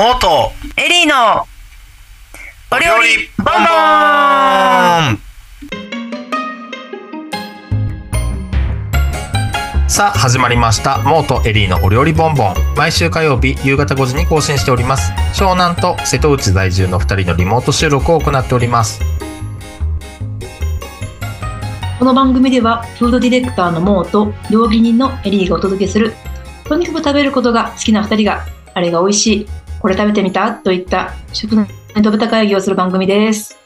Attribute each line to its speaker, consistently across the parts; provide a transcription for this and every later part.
Speaker 1: 元
Speaker 2: エリーのお料理ボンボーン
Speaker 3: さあ始まりましたモートエリーのお料理ボンボン毎週火曜日夕方5時に更新しております湘南と瀬戸内在住の2人のリモート収録を行っております
Speaker 4: この番組ではフードディレクターのモーと料理人のエリーがお届けするとにかく食べることが好きな2人があれが美味しいこれ食べてみたといった食の飛ぶ高い議をする番組です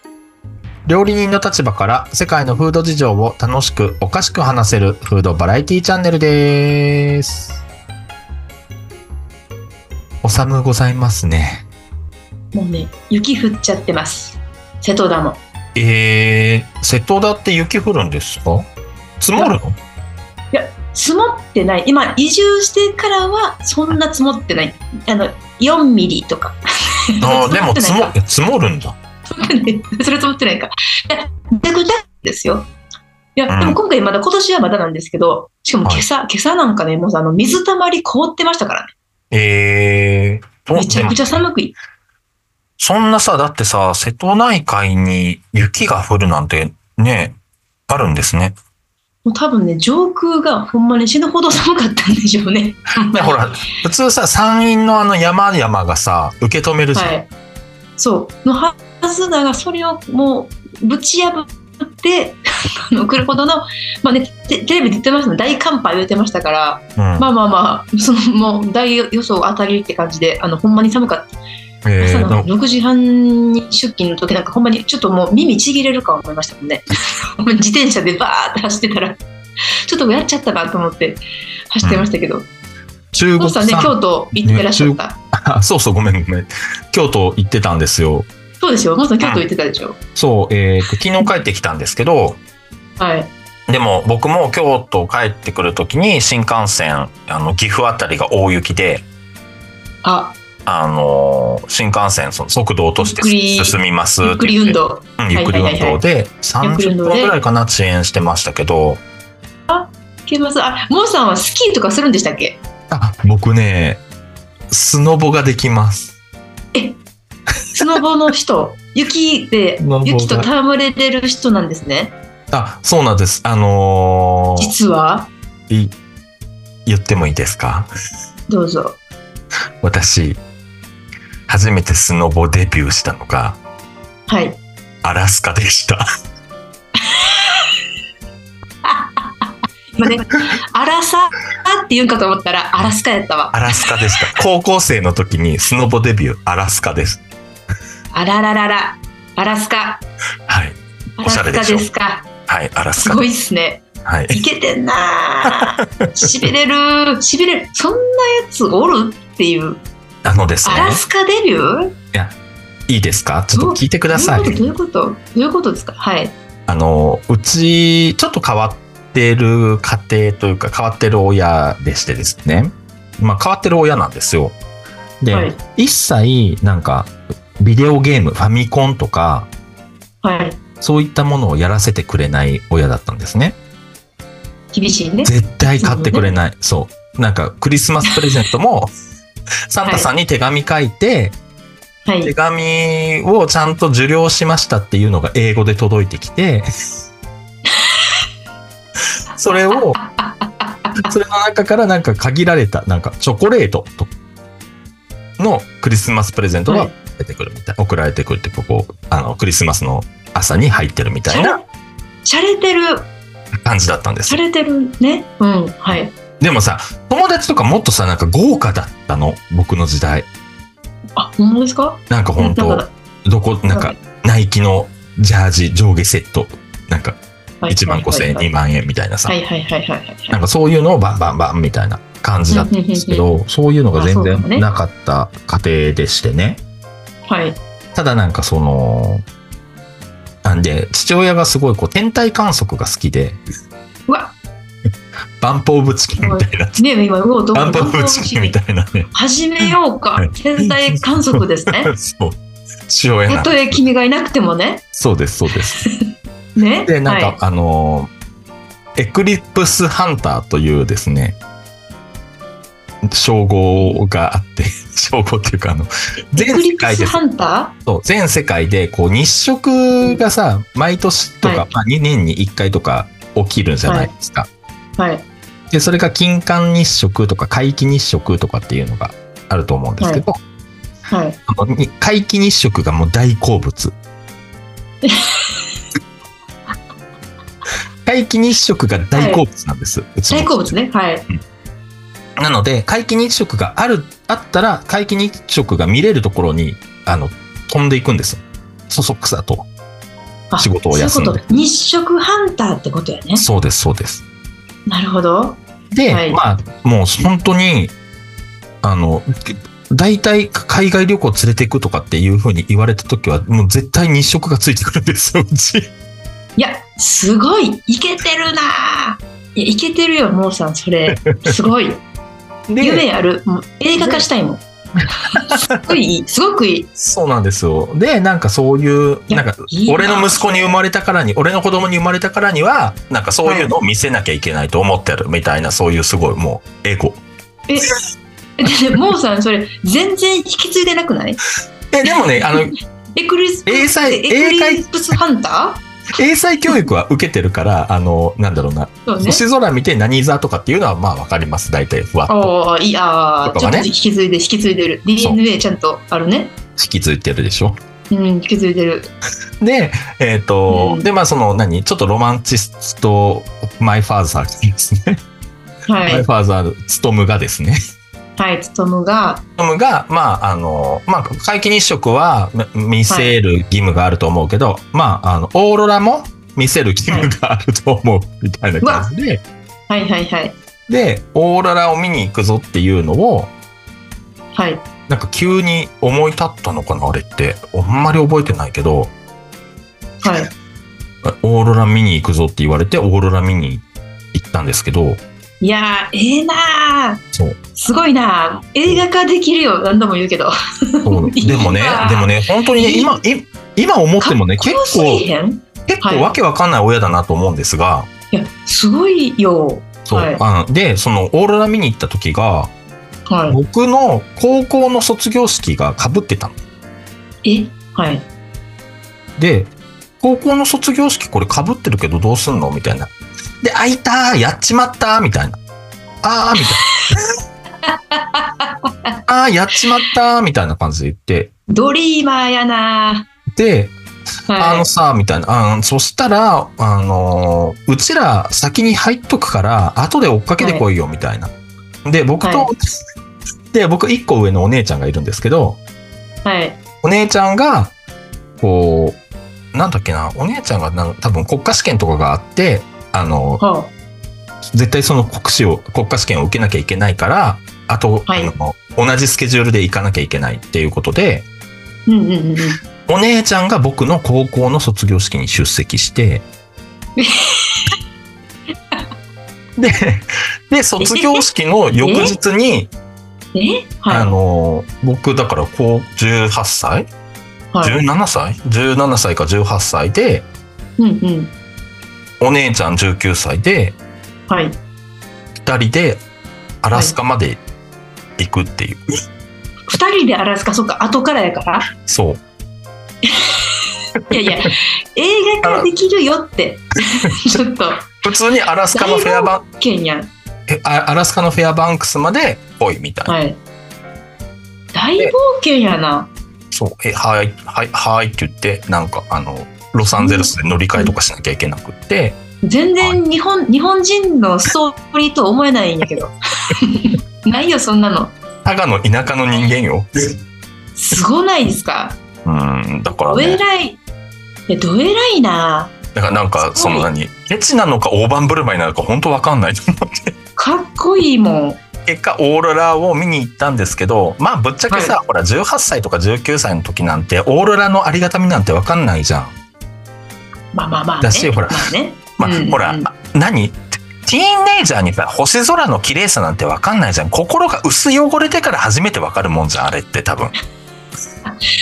Speaker 3: 料理人の立場から世界のフード事情を楽しくおかしく話せるフードバラエティチャンネルですおさむございますね
Speaker 4: もうね雪降っちゃってます瀬戸田も
Speaker 3: えー、瀬戸田って雪降るんですか積もるの
Speaker 4: 積もってない今移住してからはそんな積もってないあの4ミリとか
Speaker 3: あーでも積
Speaker 4: 積
Speaker 3: も
Speaker 4: も
Speaker 3: え積もるんだ
Speaker 4: それ積もってないかいやぐちゃぐちゃですよいや、
Speaker 3: うん
Speaker 4: でも今回まだ今年はまだなんですけどしかも今朝、今朝なんかねもうあの水たまり凍ってましたからね
Speaker 3: えー、
Speaker 4: めちゃくちゃ寒くい
Speaker 3: そんなさ、だってさ、瀬戸内海に雪が降るなんてね、あるんですね。
Speaker 4: もう多分ね上空がほんまに死ぬほど寒かったんでしょうね。ほん
Speaker 3: で
Speaker 4: ま に
Speaker 3: ほら、普通さ、山陰のあの山々がさ、受け止めるじゃん。
Speaker 4: はい、そうのはずだがそれをもうぶち破って あの来るほどの、まあね、テテレビで言ってましたね大寒波言ってましたから
Speaker 3: うん
Speaker 4: まあまあまあそのもう大予想当たりって感じであのほんまに寒かった、
Speaker 3: え
Speaker 4: 朝
Speaker 3: ー
Speaker 4: の6時半に出勤の時なんかほんまにちょっともう耳ちぎれるか思いましたもん ね自転車でバーって走ってたらちょっとやっちゃったなと思って走ってましたけど、
Speaker 3: 中
Speaker 4: コ
Speaker 3: 国
Speaker 4: ウさんね京
Speaker 3: 産、
Speaker 4: 都行ってらっしゃっ た、
Speaker 3: そうそう、ごめんごめん。京都行ってたんですよ。
Speaker 4: そうですよコウさん京都行ってたでしょ、
Speaker 3: そう、えー、昨日帰ってきたんですけど、
Speaker 4: はい
Speaker 3: でも僕も京都帰ってくるときに新幹線、あの、岐阜あたりが大雪で、
Speaker 4: あ
Speaker 3: あのー新幹線、その速度落として
Speaker 4: ゆっくり
Speaker 3: 進みますっ
Speaker 4: ゆ
Speaker 3: て言
Speaker 4: っ
Speaker 3: って。
Speaker 4: くり運動
Speaker 3: うん、ゆっくり運動で
Speaker 4: いはい
Speaker 3: 30分ぐらいかな遅延してましたけど
Speaker 4: けますあモーさんはスキーとかするんでしたっけ
Speaker 3: あ僕ねスノボができます
Speaker 4: スノボの人 雪で
Speaker 3: スノボが
Speaker 4: 雪と戯れてる人なんですね
Speaker 3: あそうなんですあのー
Speaker 4: 実はい
Speaker 3: 言ってもいいですか
Speaker 4: どうぞ
Speaker 3: 私初めてスノボデビューしたのが
Speaker 4: はい
Speaker 3: アラスカでした
Speaker 4: 今 ねアラサって言うんかと思ったらアラスカやったわ
Speaker 3: アラスカでした 高校生の時にスノボデビューアラスカです
Speaker 4: あららららアラスカ
Speaker 3: はい
Speaker 4: ア
Speaker 3: お
Speaker 4: ラ
Speaker 3: しゃれ
Speaker 4: ス
Speaker 3: で
Speaker 4: カ
Speaker 3: しょ
Speaker 4: ですか
Speaker 3: はいアラス
Speaker 4: す
Speaker 3: カ
Speaker 4: ごいっすね
Speaker 3: はい
Speaker 4: いけてんなーしびれるーしびれるそんなやつおるっていう
Speaker 3: あのですね
Speaker 4: アラスカデビュー
Speaker 3: いいですかちょっと聞いてください
Speaker 4: どういうことどういうことどういうことですかはい
Speaker 3: あのうちちょっと変わってる家庭というか変わってる親でしてですね、まあ、変わってる親なんですよ。で、
Speaker 4: はい
Speaker 3: 一切なんかビデオゲームファミコンとか
Speaker 4: はい
Speaker 3: そういったものをやらせてくれない親だったんですね。
Speaker 4: 厳しいね
Speaker 3: 絶対買ってくれない。そう。なんかクリスマスプレゼントもサンタさんに手紙書いて、
Speaker 4: はい
Speaker 3: 手紙をちゃんと受領しましたっていうのが英語で届いてき てそれをそれの中からなんか限られたなんかチョコレートとのクリスマスプレゼント
Speaker 4: は
Speaker 3: が
Speaker 4: い
Speaker 3: 出てくるみたい、送られてくるってここあのクリスマスの朝に入ってるみたいな
Speaker 4: しゃれてる、
Speaker 3: 感じだったんです
Speaker 4: しゃ
Speaker 3: よ
Speaker 4: れてるね。うん、はい。
Speaker 3: でもさ友達とかもっとさなんか豪華だったの僕の時代
Speaker 4: あ、本当ですか。
Speaker 3: なんか本
Speaker 4: な
Speaker 3: 当
Speaker 4: んか
Speaker 3: どこなんかナイキのジャージ上下セットなんか
Speaker 4: はい
Speaker 3: 1万5000円、2万円みたいなさ、
Speaker 4: はいはいはいはいはいはい。
Speaker 3: なんかそういうのをバンバンバンみたいな感じだったんですけど、そういうのが全
Speaker 4: あそうだ
Speaker 3: 然
Speaker 4: ね
Speaker 3: なかった家庭でしてね。
Speaker 4: はい。
Speaker 3: ただなんかその、なんで、父親がすごいこう天体観測が好きで、
Speaker 4: うわ、
Speaker 3: バンポーブチキンみたいな、
Speaker 4: ね、今、うお、どう
Speaker 3: バンポーブチキンみたいなね、
Speaker 4: 始めよう
Speaker 3: は
Speaker 4: か
Speaker 3: い。
Speaker 4: 天体観測ですね。
Speaker 3: そう、父親
Speaker 4: た
Speaker 3: な
Speaker 4: とえ君がいなくてもね。
Speaker 3: そうです、そうです。
Speaker 4: ね。
Speaker 3: で、なんか、
Speaker 4: はい、
Speaker 3: あの、エクリプスハンターというですね、称号があって、 称号っていうか、あの、
Speaker 4: エ
Speaker 3: 全
Speaker 4: クリ
Speaker 3: 世
Speaker 4: プ
Speaker 3: 界
Speaker 4: ス
Speaker 3: で、
Speaker 4: ハンタ
Speaker 3: そう、全世界で、こう、日食がさ、毎年と
Speaker 4: は
Speaker 3: か、まあ、2年に1回とか起きるじゃないですか。
Speaker 4: ーはい。
Speaker 3: で、それが金環日食とか、皆既日食とかっていうのがあると思うんですけど、
Speaker 4: はい。
Speaker 3: あのに皆既日食がもう大好 物。皆既日食が大好物なんです。うちの
Speaker 4: 大好物ね。はい。
Speaker 3: なので、皆既日食がある、あったら、皆既日食が見れるところに、あの、飛んでいくんですよ。そそくさと。
Speaker 4: あ
Speaker 3: 仕事を休んで
Speaker 4: そういうこと日食ハンターってことやね。
Speaker 3: そうです、そうです。
Speaker 4: なるほど。
Speaker 3: で、
Speaker 4: はい
Speaker 3: まあ、もう本当に、あの、大体海外旅行連れて行くとかっていうふうに言われた時は、もう絶対日食がついてくるんですよ、うち。
Speaker 4: いや、すごい。いけてるなぁ。いや、いけてるよ、もうさん、それ。すごい。
Speaker 3: で
Speaker 4: 夢ある。もう映画化したいもん。すごいいい。すごくいい。
Speaker 3: そうなんですよ。で、なんかそういう、
Speaker 4: い
Speaker 3: な
Speaker 4: や
Speaker 3: んか
Speaker 4: いい、な
Speaker 3: 俺の息子に生まれたからに、俺の子供に生まれたからには、なんかそういうのを見せなきゃいけないと思ってるみたいな、そういうすごいもう、エゴ。
Speaker 4: え、でもうさん、それ、全然引き継いでなくない
Speaker 3: え、でもね、 あの、
Speaker 4: エクリス
Speaker 3: 英才
Speaker 4: エクリプスハンタ
Speaker 3: 英才教育は受けてるから、あの、なんだろうな、
Speaker 4: ーそうね。
Speaker 3: 星空見て何座とかっていうのはまあわかります、大体、ふわっと
Speaker 4: おーいやー、
Speaker 3: と
Speaker 4: ちょ
Speaker 3: か
Speaker 4: っと
Speaker 3: ね
Speaker 4: 引き継いで、引き継いでる。DNA ちゃんとあるね。
Speaker 3: 引き継いでるでしょ。
Speaker 4: うん、引き継いでる。
Speaker 3: で、えっ、と、
Speaker 4: うん
Speaker 3: で、まあその、何、ちょっとロマンチスト、マイファーザーですね。
Speaker 4: は
Speaker 3: マイフ
Speaker 4: い。
Speaker 3: ァーザー、ツトムがですね。
Speaker 4: はい、つとむが、
Speaker 3: トムが、まあ、あの、まあ、皆既日食はま見せる義務があると思うけど、まあ、あの、オーロラも見せる義務があると思うみたいな感じで、
Speaker 4: はいはいはい。
Speaker 3: で、オーロラを見に行くぞっていうのを、
Speaker 4: はい。
Speaker 3: なんか急に思い立ったのかな、あれって。あんまり覚えてないけど、
Speaker 4: はい。
Speaker 3: オーロラ見に行くぞって言われて、オーロラ見に行ったんですけど、
Speaker 4: いやー、ええなー
Speaker 3: そう。
Speaker 4: すごいなー映画化できるよ、何度も言うけど。
Speaker 3: そう
Speaker 4: いい
Speaker 3: でもね
Speaker 4: わ、
Speaker 3: でもね、本当にね、今、い今思ってもね、
Speaker 4: かっ
Speaker 3: 結
Speaker 4: こよすぎ
Speaker 3: 構、
Speaker 4: へん
Speaker 3: 結
Speaker 4: はい
Speaker 3: 構わけわかんない親だなと思うんですが、
Speaker 4: いや、すごいよ。
Speaker 3: そう、
Speaker 4: はい
Speaker 3: あのでそのオーロラ見に行った時が
Speaker 4: は
Speaker 3: 僕の高校の卒業式がかぶってたの
Speaker 4: い。えはい。
Speaker 3: で高校の卒業式これかぶってるけどどうすんのみたいなで「あいたーやっちまったー」みたいな「あー」みたい な「あーやっちまったー」みたいな感じで言って
Speaker 4: ドリーマーやな
Speaker 3: で
Speaker 4: ー
Speaker 3: あ
Speaker 4: は
Speaker 3: のさ、みたいな。あのそしたら、あのーうちら先に入っとくから、後で追っかけてこいよ、みたいな。で、僕と、
Speaker 4: は
Speaker 3: で、僕一個上のお姉ちゃんがいるんですけど、
Speaker 4: い。はい。
Speaker 3: お姉ちゃんが、こう、なんだっけな、お姉ちゃんがなん多分国家試験とかがあって、あの、
Speaker 4: は
Speaker 3: 絶対その国試を、国家試験を受けなきゃいけないから、あと、
Speaker 4: はい
Speaker 3: あの同じスケジュールで行かなきゃいけないっていうことで、
Speaker 4: うんうんうんうん。
Speaker 3: お姉ちゃんが僕の高校の卒業式に出席 して、で、で、卒業式の翌日に、
Speaker 4: え
Speaker 3: あ
Speaker 4: は
Speaker 3: の、僕だからこう18歳、
Speaker 4: い。はい。
Speaker 3: ?17 歳 ?17 歳か18歳で、
Speaker 4: うんうん。
Speaker 3: お姉ちゃん19歳で、
Speaker 4: はい。
Speaker 3: 二人でアラスカまで行くっていう。
Speaker 4: 二人で荒らすか、そっか、後からやから。
Speaker 3: そう。
Speaker 4: いやいや、映画化できるよって。ちょっと、
Speaker 3: 普通にアラスカのフェアバン、
Speaker 4: ケンやん。
Speaker 3: えあアラスカのフェアバンクスまで来いみたいな。
Speaker 4: はい。大冒険やな。
Speaker 3: そう、え、はい、はい、はいって言って、なんか、あの、ロサンゼルスで乗り換えとかしなきゃいけなくって、
Speaker 4: 全然日本、日本人のストーリーとは思えないんや けど。ないよ、そんなの。
Speaker 3: 佐賀の田舎の人間よ。
Speaker 4: すごないですか。
Speaker 3: うん、だから
Speaker 4: どえ
Speaker 3: ね、
Speaker 4: らい。いや、どえらいな。
Speaker 3: だからなんか、
Speaker 4: す
Speaker 3: そ
Speaker 4: ごい
Speaker 3: の何、ケチなのか大盤振る舞いなのか本当わかんないと思って、
Speaker 4: かっこいいもん。
Speaker 3: 結果、オーロラを見に行ったんですけど、まあ、ぶっちゃけさ、ほら、18歳とか19歳の時なんて、オーロラのありがたみなんてわかんないじゃん。
Speaker 4: まあまあまあ、ね。
Speaker 3: だしほら
Speaker 4: まあね。
Speaker 3: まあ、
Speaker 4: うんうん
Speaker 3: ほら、何ティーンネイジャーにさ、星空の綺麗さなんてわかんないじゃん。心が薄汚れてから初めてわかるもんじゃん、あれって多分。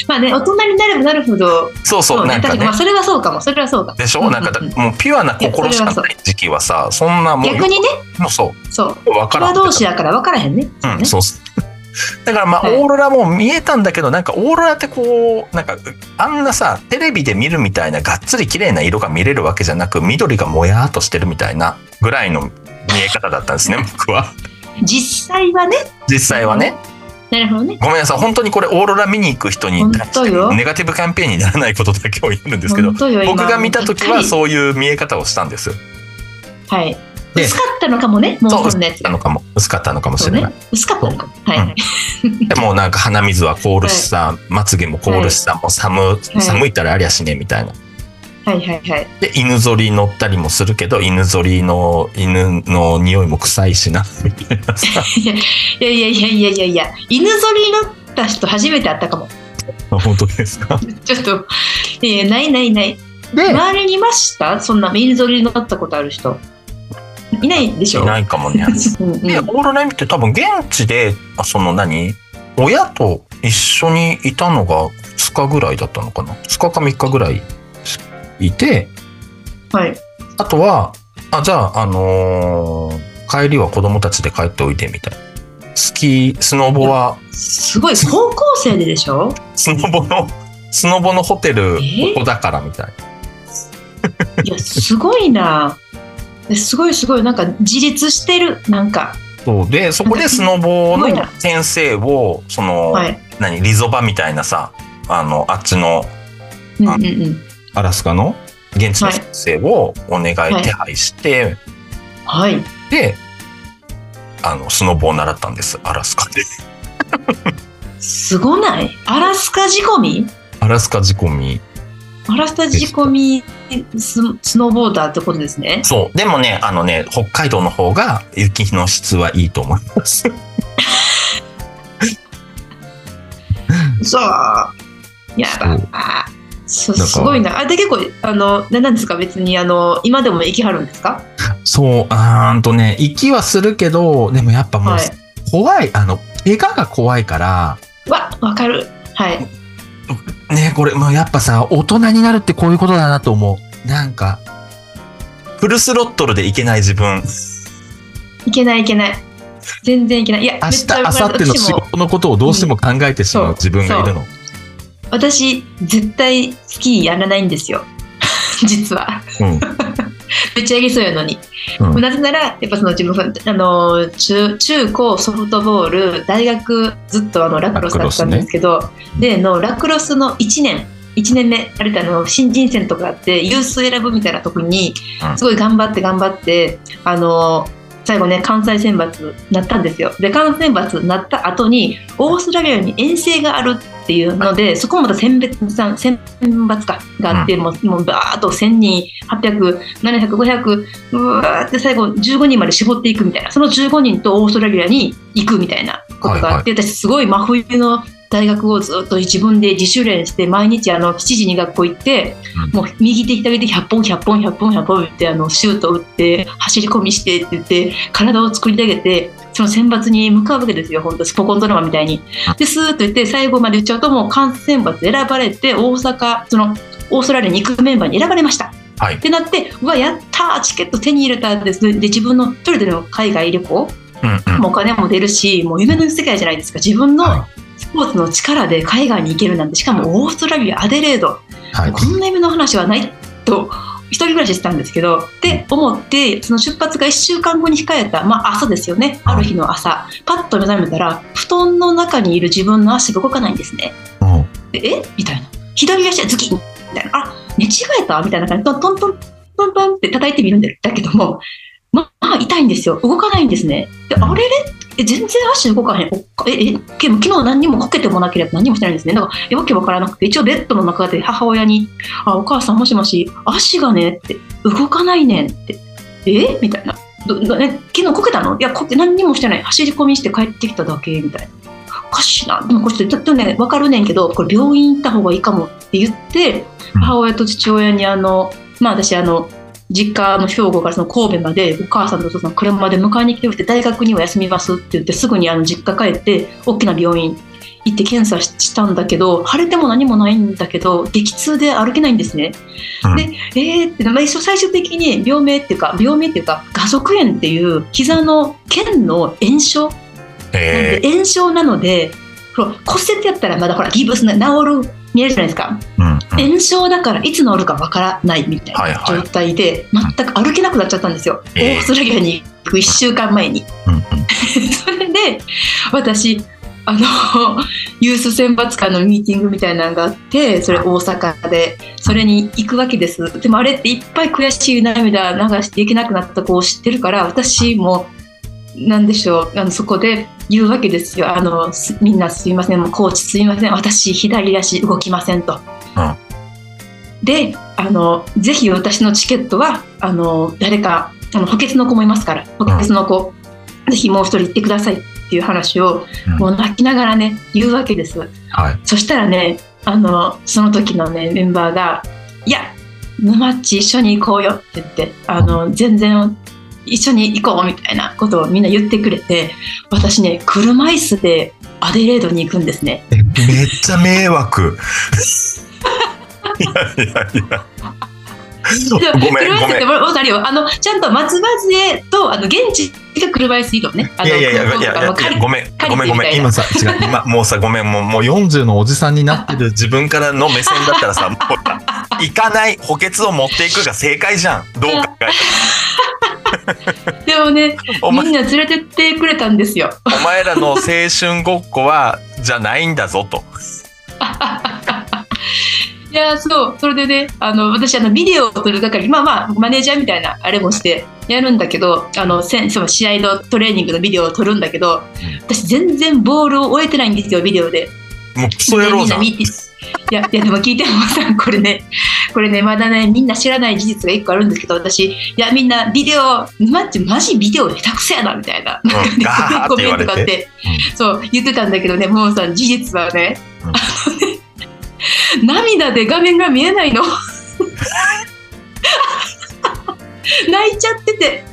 Speaker 4: まあね、大人になればなるほど、
Speaker 3: そうそう
Speaker 4: ね
Speaker 3: なんか
Speaker 4: 確かに
Speaker 3: ね
Speaker 4: まあ、それはそうかも、それはそうかも。
Speaker 3: でしょなんかだ
Speaker 4: うんうん
Speaker 3: もうピュアな心しかない時期はさそんなもう
Speaker 4: 逆にね、
Speaker 3: もうそ
Speaker 4: そう、
Speaker 3: う分から
Speaker 4: 人
Speaker 3: ん
Speaker 4: 同士だから分からへんね。
Speaker 3: うん、そうっす。 だからまあ、
Speaker 4: はい
Speaker 3: オーロラも見えたんだけどなんかオーロラってこうなんかあんなさテレビで見るみたいながっつり綺麗な色が見れるわけじゃなく緑がもやーっとしてるみたいなぐらいの見え方だったんです ね僕は
Speaker 4: 実際はね、
Speaker 3: 実際はね
Speaker 4: なるほどね。
Speaker 3: ごめんなさい本当にこれオーロラ見に行く人に対し
Speaker 4: 本
Speaker 3: て
Speaker 4: 当よ
Speaker 3: ネガティブキャンペーンにならないことだけを言うんですけど
Speaker 4: 本当よ今
Speaker 3: 僕が見た時は
Speaker 4: う。
Speaker 3: そういう見え方をしたんです
Speaker 4: はい。
Speaker 3: で
Speaker 4: 薄かったのかもね、もう
Speaker 3: そう
Speaker 4: こ
Speaker 3: 薄
Speaker 4: んな
Speaker 3: か
Speaker 4: や
Speaker 3: っ
Speaker 4: つ
Speaker 3: た。のかも薄かったのかもし
Speaker 4: そう
Speaker 3: れない
Speaker 4: ね。薄かったのかも。はいはい。
Speaker 3: でもうなんか鼻水は凍るしさ、まつげも凍るしさ、もう寒、寒いったらありゃしねえみたいな。
Speaker 4: はいはいはい。
Speaker 3: で、犬ぞり乗ったりもするけど、犬ぞりの犬の匂いも臭い しな、みたいなさ。
Speaker 4: いやいやいやいやいやいや、犬ぞり乗った人初めて会ったかも。
Speaker 3: 本当ですか
Speaker 4: ちょっと、いやないないない。
Speaker 3: で
Speaker 4: 周りにいましたそんな犬ぞり乗ったことある人。いないでしょ
Speaker 3: いないかもね。
Speaker 4: うんうん
Speaker 3: で、オーロラ見て多分現地で、あその何親と一緒にいたのが2日ぐらいだったのかな ?2 日か3日ぐらいいて、
Speaker 4: はい。
Speaker 3: あとは、あ、じゃあ、あのー帰りは子供たちで帰っておいてみたいな。スキー、スノボは、
Speaker 4: すごい、高校生ででしょ
Speaker 3: スノボの、スノボのホテル、こ
Speaker 4: え
Speaker 3: こだからみたいな。
Speaker 4: いや、すごいな。すごいすごい、なんか自立してる、なんか。
Speaker 3: そうで、そこでスノボ
Speaker 4: すごい
Speaker 3: の
Speaker 4: な
Speaker 3: 先生を、その、
Speaker 4: はい。
Speaker 3: 何、リゾバみたいなさ、あの、あっちの、
Speaker 4: うんうんうん。
Speaker 3: アラスカの、現地の先生をお願い
Speaker 4: はい
Speaker 3: 手配して、
Speaker 4: はい。
Speaker 3: で、あの、スノボを習ったんです、アラスカで。
Speaker 4: すごないアラスカ仕込み
Speaker 3: アラスカ仕込み。
Speaker 4: アラスカ仕込みススノーボーダーってことですね。
Speaker 3: そう。でもね、あのね、北海道の方が雪の質はいいと思い ます。
Speaker 4: そう。や
Speaker 3: そ
Speaker 4: ば
Speaker 3: う。
Speaker 4: あそ
Speaker 3: なんか
Speaker 4: すごいな。あで結構あのななんですか別にあの今でも行きはるんですか。
Speaker 3: そう、あーんとね、息はするけど、でもやっぱもう、
Speaker 4: はい
Speaker 3: 怖い、あの、怪我が怖いから、
Speaker 4: わわかる。はい。
Speaker 3: ね、これ、もうやっぱさ、大人になるってこういうことだなと思う。なんか、フルスロットルでいけない自分。
Speaker 4: いけないいけない。全然いけない。いや
Speaker 3: 明
Speaker 4: めっ
Speaker 3: 日、
Speaker 4: ちゃ
Speaker 3: 明後日の
Speaker 4: 私
Speaker 3: 仕
Speaker 4: も
Speaker 3: 事のことをどうしても考えてしまう
Speaker 4: うん
Speaker 3: 自分がいるの。
Speaker 4: 私絶対スキーやらないんですよ。 実は。
Speaker 3: うん。
Speaker 4: ぶち上げそうやのに。
Speaker 3: うん
Speaker 4: なぜならやっぱその自分あの中中高ソフトボール大学ずっとあのラクロスだったんですけど、でのラクロスの1年1年目あれってあの新人戦とかあってユース選ぶみたいな時に
Speaker 3: うん
Speaker 4: すごい頑張って頑張ってあの最後ね関西選抜なったんですよで関西選抜なった後にオーストラリアに遠征があるっていうのでそこもまた選別さん選抜かがあって、もうもうバーっと1000人800700500うわーって最後15人まで絞っていくみたいなその15人とオーストラリアに行くみたいなことがあって、私すごい真冬の大学をずっと自分で自主練して毎日あの7時に学校行って、
Speaker 3: う
Speaker 4: もう右手左手100本100本100本100本ってあのシュート打って走り込みしてって言って体を作り上げてその選抜に向かうわけですよ本当スポコンドラマみたいに。でスーッと言って最後まで言っちゃうともう関西選抜選ばれて大阪そのオーストラリアに行くメンバーに選ばれました。
Speaker 3: はい
Speaker 4: ってなってうわやったーチケット手に入れたんですで自分の一人での海外旅行
Speaker 3: うんうん。
Speaker 4: もうお金も出るしもう夢の世界じゃないですか自分の
Speaker 3: は
Speaker 4: スポーツの力で海外に行けるなんてしかもオーストラリアアデレード
Speaker 3: はい。
Speaker 4: こんな夢の話はないと一人暮らししてたんですけどって思ってその出発が1週間後に控えた、まあ、朝ですよねある日の朝パッと目覚めたら布団の中にいる自分の足が動かないんですね。
Speaker 3: うん
Speaker 4: でえみたいな左足はズキッみたいなあ寝違えたみたいな感じでトントントントンって叩いてみるんだけどもまあ痛いんですよ動かないんですねであれれえ全然足動かへんおっかええでも昨日何にもこけてもなければ何もしてないんですねだからえわけわからなくて一応ベッドの中で母親に「あお母さんもしもし足がね」って「動かないねん」って「えみたいな。どどえ昨日こけたのいやこけ何にもしてない走り込みして帰ってきただけみたいなおかしいなでもこれちょっとちょっとね分かるねんけどこれ病院行った方がいいかもって言って
Speaker 3: うん
Speaker 4: 母親と父親にあのまあ私あの実家の兵庫からその神戸までお母さんとお父さん車で迎えに来てくれて大学には休みますって言ってすぐにあの実家帰って大きな病院行って検査したんだけど腫れても何もないんだけど激痛で歩けないんですね。
Speaker 3: うん
Speaker 4: でえーって、まあ、一応最終的に病名っていうか病名っていうか画足炎っていう膝の腱の炎症なん
Speaker 3: え
Speaker 4: で炎症なので、ほら骨折やったらまだほらギブスな治る見えるじゃないですか、
Speaker 3: ーうんうん
Speaker 4: 炎症だからいつ治るかわからないみたい
Speaker 3: はい
Speaker 4: な
Speaker 3: はい
Speaker 4: 状態で、全く歩けなくなっちゃったんですよ、
Speaker 3: ええ
Speaker 4: オーストラリアに行く1週間前に。
Speaker 3: うんうん
Speaker 4: それで私あの ユース選抜会のミーティングみたいなのがあってそれ大阪でそれに行くわけですでもあれっていっぱい悔しい涙流していけなくなった子を知ってるから私もなんでしょうあのそこで言うわけですよあのすみんなすいませんもうコーチすいません私左足動きませんと。
Speaker 3: うん
Speaker 4: であのぜひ私のチケットはあの誰かあの補欠の子もいますから補欠の子、ぜひもう一人行ってくださいっていう話を、
Speaker 3: うん
Speaker 4: もう泣きながらね言うわけです
Speaker 3: はい
Speaker 4: そしたらねあのその時のねメンバーが「いや沼っち一緒に行こうよ」って言ってあの全然一緒に行こうみたいなことをみんな言ってくれて私ね車椅子でアデレードに行くんですね。
Speaker 3: めっちゃ迷惑いやいやいや ご
Speaker 4: で
Speaker 3: めん
Speaker 4: 車
Speaker 3: ご
Speaker 4: 椅子っ
Speaker 3: め
Speaker 4: て
Speaker 3: ん
Speaker 4: わわかるよあのちゃんと松葉杖とあの現地が車椅子移動ね。あの
Speaker 3: いやいやいやいやい
Speaker 4: あ
Speaker 3: や
Speaker 4: の借り
Speaker 3: ごめん
Speaker 4: 借りて
Speaker 3: ごめんご
Speaker 4: みた
Speaker 3: めん
Speaker 4: いな
Speaker 3: 今さ違う今もうさごめんもうもう40のおじさんになってる自分からの目線だったらさもうほら行かない補欠を持っていくが正解じゃんどう考
Speaker 4: でもね
Speaker 3: えてもお
Speaker 4: み
Speaker 3: 前
Speaker 4: んな連れてってくれたんですよ。
Speaker 3: お前らの青春ごっこはじゃないんだぞと
Speaker 4: いやーそうそれでねあの私あのビデオを撮る係まあまあマネージャーみたいなあれもしてやるんだけどあのせんその試合のトレーニングのビデオを撮るんだけど私全然ボールを終えてないんですよビデオで。
Speaker 3: もうクソ野郎じゃん
Speaker 4: みんな見ていやいやでも聞いてもさこれねこれねまだねみんな知らない事実が一個あるんですけど私いやみんなビデオマッチマジビデオ下手くそやなみたいななんかね
Speaker 3: ガーって
Speaker 4: コメ
Speaker 3: 言わ
Speaker 4: ン
Speaker 3: れて
Speaker 4: トがあってそう言ってたんだけどねもうさん事実はね,、
Speaker 3: うん
Speaker 4: あのね涙で画面が見えな いの泣いちゃってて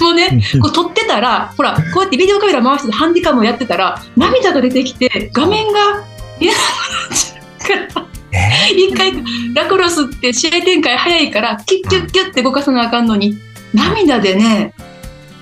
Speaker 4: もうねこう撮ってたらほらこうやってビデオカメラ回してハンディカムをやってたら涙が出てきて画面が見えなくなっちゃうから
Speaker 3: え
Speaker 4: 一回ラクロスって試合展開早いからキュッキュッキュッって動かさなあかんのに涙でね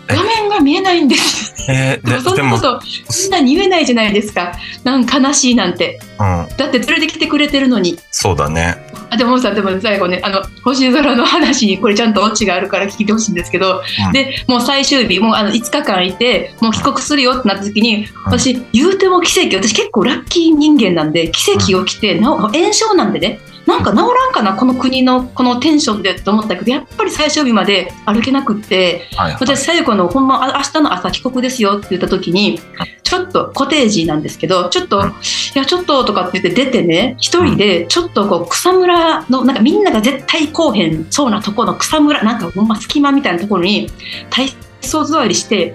Speaker 4: 画面が見えないんです
Speaker 3: え
Speaker 4: でも
Speaker 3: で
Speaker 4: そん
Speaker 3: で
Speaker 4: な
Speaker 3: も、
Speaker 4: こ
Speaker 3: うん、
Speaker 4: とみんなに言えないじゃないですかなんか悲しいなんてだって連れてきてくれてるのに
Speaker 3: そうだね
Speaker 4: あでもさでも最後ねあの星空の話にこれちゃんとオチがあるから聞いてほしいんですけど、
Speaker 3: うん
Speaker 4: でもう最終日もうあの5日間いてもう帰国するよってなった時に私言うても奇跡私結構ラッキー人間なんで奇跡起きてなお炎症なんでねなんか治らんかなこの国のこのテンションでと思ったけどやっぱり最終日まで歩けなくって。
Speaker 3: はいはい
Speaker 4: 私、さゆこの、ほんま、あ明日の朝帰国ですよって言った時に、ちょっと、コテージなんですけど、ちょっと、
Speaker 3: うん
Speaker 4: いや、ちょっととかって言って出てね、一人で、ちょっとこう、草むらの、なんかみんなが絶対こうへんそうなとこの草むら、なんかほんま隙間みたいなところに、体操座りして、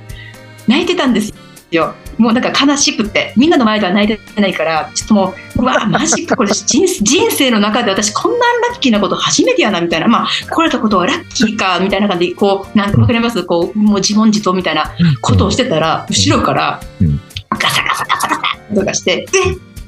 Speaker 4: 泣いてたんですよ。もうなんか悲しくて、みんなの前では泣いてないから、ちょっともう、うわ、マジか、これ人生人生の中で私、こんなラッキーなこと初めてやな、みたいな、まあ、来れたことはラッキーか、みたいな感じで、こう、なんかわかりますこう、もう自問自答みたいなことをしてたら、後ろから
Speaker 3: うん、
Speaker 4: ガサガサガサガサとかして、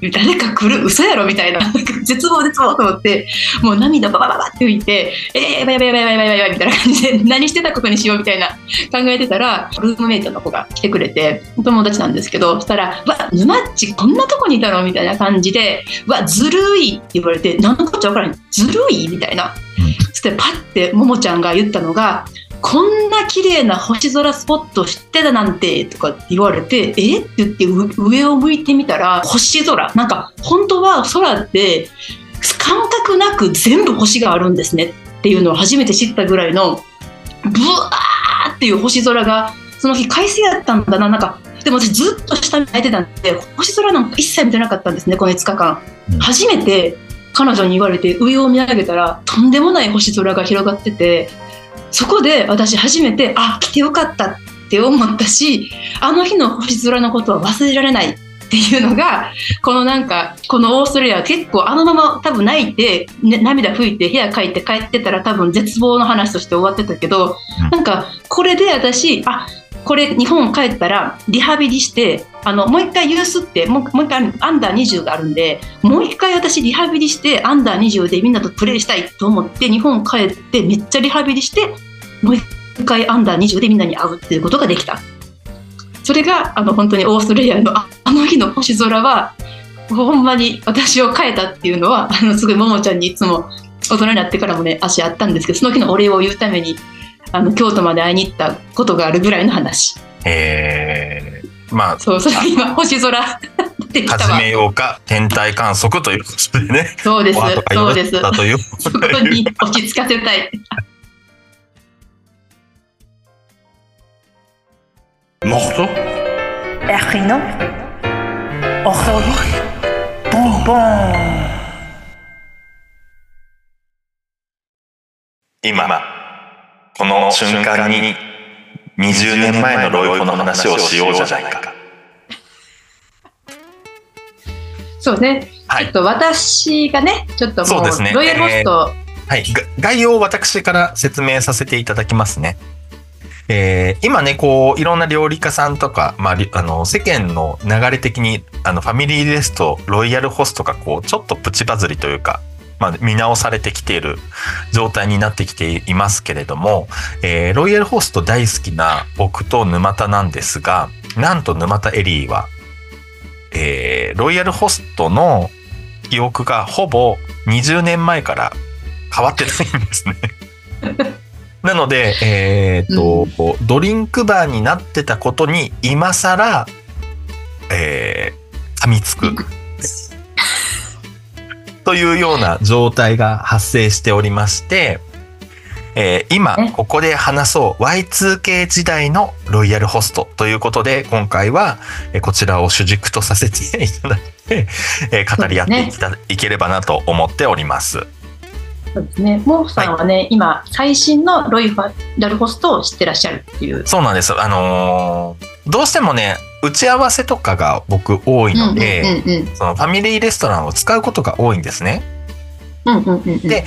Speaker 4: え誰か来る嘘やろみたいな、なんか絶望絶望と思って、もう涙ババババって吹いて、えー、やばいやばいやばいやばいやばいやばいみたいな感じで、何してたことにしようみたいな考えてたらルームメイトの子が来てくれてお友達なんですけどそしたら「わ沼っちこんなとこにいたの?」みたいな感じで「わずるい」って言われて「何のこっちゃ分からんずるい?」みたいな
Speaker 3: うん
Speaker 4: そしてパッてももちゃんが言ったのが「こんな綺麗な星空スポット知ってたなんて」とかって言われて「えっ?」て言ってう上を向いてみたら星空なんか本当は空って感覚なく全部星があるんですねっていうのを初めて知ったぐらいのブワーっていう星空がその日快晴だったんだななんかでも私ずっと下に泣いてたんで星空なんか一切見てなかったんですねこの5日間、
Speaker 3: うん
Speaker 4: 初めて彼女に言われて上を見上げたらとんでもない星空が広がっててそこで私初めてあ来てよかったって思ったしあの日の星空のことは忘れられないっていうのがこのなんかこのオーストラリアは結構あのまま多分泣いて、ね、涙拭いて部屋帰って帰ってたら多分絶望の話として終わってたけど、
Speaker 3: うん
Speaker 4: なんかこれで私あこれ日本帰ったらリハビリしてあのもう一回ユースってもうもう一回アンダー20があるんでもう一回私リハビリしてアンダー20でみんなとプレーしたいと思って日本帰ってめっちゃリハビリしてもう一回アンダー20でみんなに会うっていうことができたそれがあの本当にオーストラリアのああの日の星空はほんまに私を変えたっていうのはあのすごいももちゃんにいつも大人になってからもね足あったんですけどその日のお礼を言うためにあの京都まで会いに行ったことがあるぐらいの話
Speaker 3: えー、まあ
Speaker 4: そうそれ今星空 出てきた
Speaker 3: 始
Speaker 4: わ
Speaker 3: めようか天体観測ということでね
Speaker 4: そうです
Speaker 3: お後が
Speaker 4: そ
Speaker 3: よ
Speaker 4: う
Speaker 3: ろ
Speaker 4: で
Speaker 3: し
Speaker 4: す
Speaker 3: かったという
Speaker 4: そこに落ち着かせたい
Speaker 3: もっと
Speaker 2: Ergino. Aujourd'hui, bonbon.
Speaker 3: 今この瞬間に20年前のロイコの話をしようじゃないか
Speaker 4: そうね、
Speaker 3: はい
Speaker 4: ちょっと私がねちょっと
Speaker 3: そう
Speaker 4: も
Speaker 3: ですね
Speaker 4: うロイヤルホスト、
Speaker 3: はい、が概要を私から説明させていただきますね。えー今ねこういろんな料理家さんとか、まあ、りあの世間の流れ的にあのファミリーレストロイヤルホストがこうちょっとプチバズりというか、まあ、見直されてきている状態になってきていますけれども、えーロイヤルホスト大好きな僕と沼田なんですがなんと沼田エリーは、えーロイヤルホストの記憶がほぼ20年前から変わってないんですね。 なので、えーとこうドリンクバーになってたことに今更、えー噛みつく。というような状態が発生しておりまして、えー今
Speaker 4: ね
Speaker 3: ここで話そう Y2K 時代のロイヤルホストということで今回はえーこちらを主軸とさせていただいて、えー語り合っていきたいければなと思っております。
Speaker 4: そうですねモーフさんはね、今最新のロイヤルホストを知ってらっしゃるっていう
Speaker 3: そうなんです。あのーどうしてもね、打ち合わせとかが僕多いので、そのファミリーレストランを使うことが多いんですね。
Speaker 4: うんうんうんうんうんうんうん
Speaker 3: で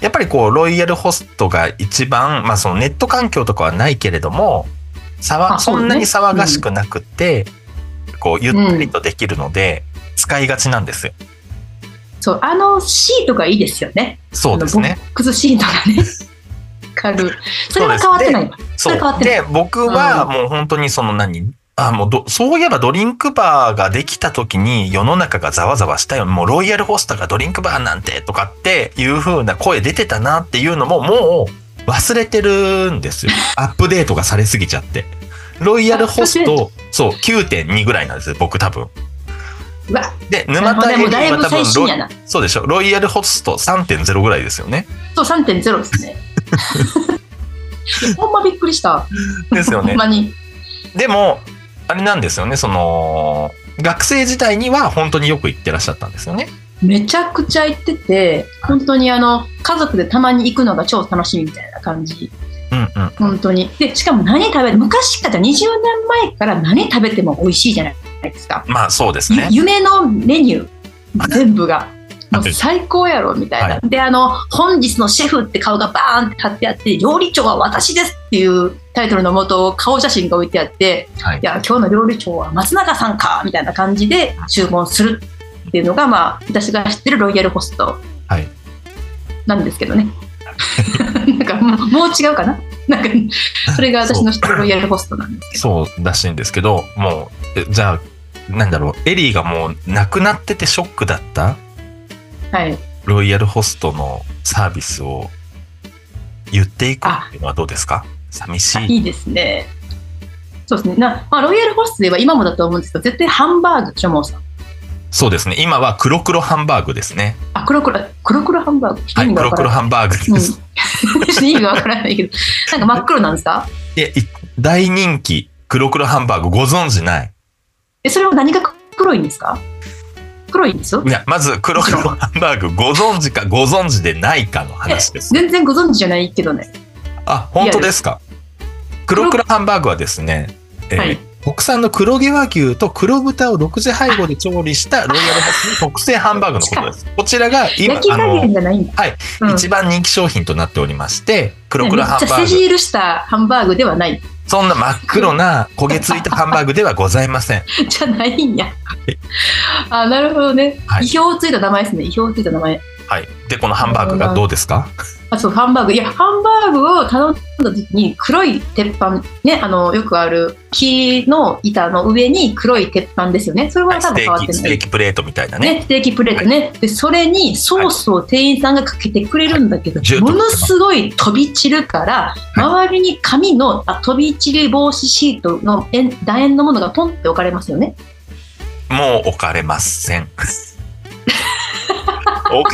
Speaker 3: やっぱりこう、ロイヤルホストが一番、まあそのネット環境とかはないけれども、さわ
Speaker 4: あ
Speaker 3: そ
Speaker 4: そうんね
Speaker 3: なに騒がしくなくて、こう、ゆったりとできるので、使いがちなんですよ。
Speaker 4: そうあのシートがいいですよね
Speaker 3: そうです
Speaker 4: あ
Speaker 3: ね
Speaker 4: の。ボックスシート がね軽いそれは変わってないわ
Speaker 3: そ
Speaker 4: それ変わ
Speaker 3: う。
Speaker 4: ってな
Speaker 3: で、僕はもう本当にその何あ、もうど、そういえばドリンクバーができた時に世の中がざわざわしたよ。もうロイヤルホストがドリンクバーなんてとかっていう風な声出てたなっていうのももう忘れてるんです よ。アップデートがされすぎちゃって。ロイヤルホスト、そう、9.2ぐらいなんですよ、僕多分。
Speaker 4: うわ
Speaker 3: で、
Speaker 4: それ
Speaker 3: 沼
Speaker 4: も
Speaker 3: 田
Speaker 4: ね
Speaker 3: エ
Speaker 4: も
Speaker 3: リ
Speaker 4: うだ
Speaker 3: ー
Speaker 4: い
Speaker 3: は
Speaker 4: ぶ
Speaker 3: 多
Speaker 4: 最
Speaker 3: 分
Speaker 4: 新
Speaker 3: ロ
Speaker 4: や
Speaker 3: イ、
Speaker 4: な
Speaker 3: そうでしょ、ロイヤルホスト3.0ぐらいですよね。
Speaker 4: そう3.0ですねいやほんまびっくりした
Speaker 3: ですよね
Speaker 4: ほん。まに
Speaker 3: でもあれなんですよねその学生時代には本当によく行ってらっしゃったんですよね。
Speaker 4: めちゃくちゃ行ってて本当にあの家族でたまに行くのが超楽しみみたいな感じ
Speaker 3: うんうん、
Speaker 4: 本当にでしかも何食べて昔から20年前から何食べても美味しいじゃないですか、
Speaker 3: まあそうですね。
Speaker 4: ゆ夢のメニュー全部がも
Speaker 3: は
Speaker 4: う
Speaker 3: い
Speaker 4: 最高やろみたいな、
Speaker 3: は
Speaker 4: であの「本日のシェフ」って顔がバーンって貼ってあって「料理長は私です」っていうタイトルのもと顔写真が置いてあって「
Speaker 3: はい
Speaker 4: いや今日の料理長は松永さんか」みたいな感じで注文するっていうのが、まあ、私が知ってるロイヤルホスト
Speaker 3: はい
Speaker 4: なんですけどね。 なんかもうもう違うかななんかそれが私の知ってるロイヤルホストなんですけど
Speaker 3: そうらしいんですけどもうえじゃあなんだろうエリーがもう亡くなっててショックだった
Speaker 4: はい、
Speaker 3: ロイヤルホストのサービスを言っていくっていうのはどうですか寂しい。
Speaker 4: いいですね。そうですね。な、まあ、ロイヤルホストでは今もだと思うんですけど、絶対ハンバーグでしょ、もうさん。
Speaker 3: そうですね今は黒黒ハンバーグですね。
Speaker 4: あ、黒黒、黒黒ハンバーグ。
Speaker 3: は
Speaker 4: 意
Speaker 3: い
Speaker 4: 味が
Speaker 3: 黒
Speaker 4: わから
Speaker 3: 黒
Speaker 4: ない
Speaker 3: ハンバーグです。
Speaker 4: うん、 意味がわからないけど、なんか真っ黒なんですか
Speaker 3: でい大人気黒黒ハンバーグご存知ない
Speaker 4: え、それは何が黒いんですか黒いんですよ
Speaker 3: い。や、まず黒黒ハンバーグご存知かご存知でないかの話です。
Speaker 4: 全然ご存知じゃないけどね。
Speaker 3: あ、本当ですか。黒黒ハンバーグはですね、えー
Speaker 4: はい
Speaker 3: 国産の黒毛和牛と黒豚を独自配合で調理したロイヤルホストの特製ハンバーグのことです。こちらが今、
Speaker 4: 焼き
Speaker 3: あ
Speaker 4: 加減
Speaker 3: の、
Speaker 4: じゃないんだ。
Speaker 3: はい
Speaker 4: うん。
Speaker 3: 一番人気商品となっておりまして、黒黒ハン
Speaker 4: めっちゃ
Speaker 3: バ
Speaker 4: せ
Speaker 3: ーグ。
Speaker 4: じるしたハンバーグではない。
Speaker 3: そんな真っ黒な焦げついたハンバーグではございません。
Speaker 4: じゃないんや。あ、なるほどね。
Speaker 3: はい
Speaker 4: 意表をついた名前ですね。意表をついた名前。
Speaker 3: はい。で、このハンバーグがどうですか
Speaker 4: あ、そう、ハンバーグ。いや、ハンバーグを頼んだ時に、黒い鉄板、ね、あの、よくある木の板の上に黒い鉄板ですよね。それは
Speaker 3: ス
Speaker 4: 多分
Speaker 3: テ
Speaker 4: 変わ
Speaker 3: ー
Speaker 4: って
Speaker 3: キ、
Speaker 4: な
Speaker 3: ス
Speaker 4: い。
Speaker 3: テーキプレートみたいなね。
Speaker 4: ね、ステーキプレートね、でそれにソースを店員さんがかけてくれるんだけど、
Speaker 3: はい
Speaker 4: ものすごい飛び散るから、周りに紙のあ飛び散り防止シートの円楕円のものがポンって置かれますよね
Speaker 3: もう置かれませ ん。おか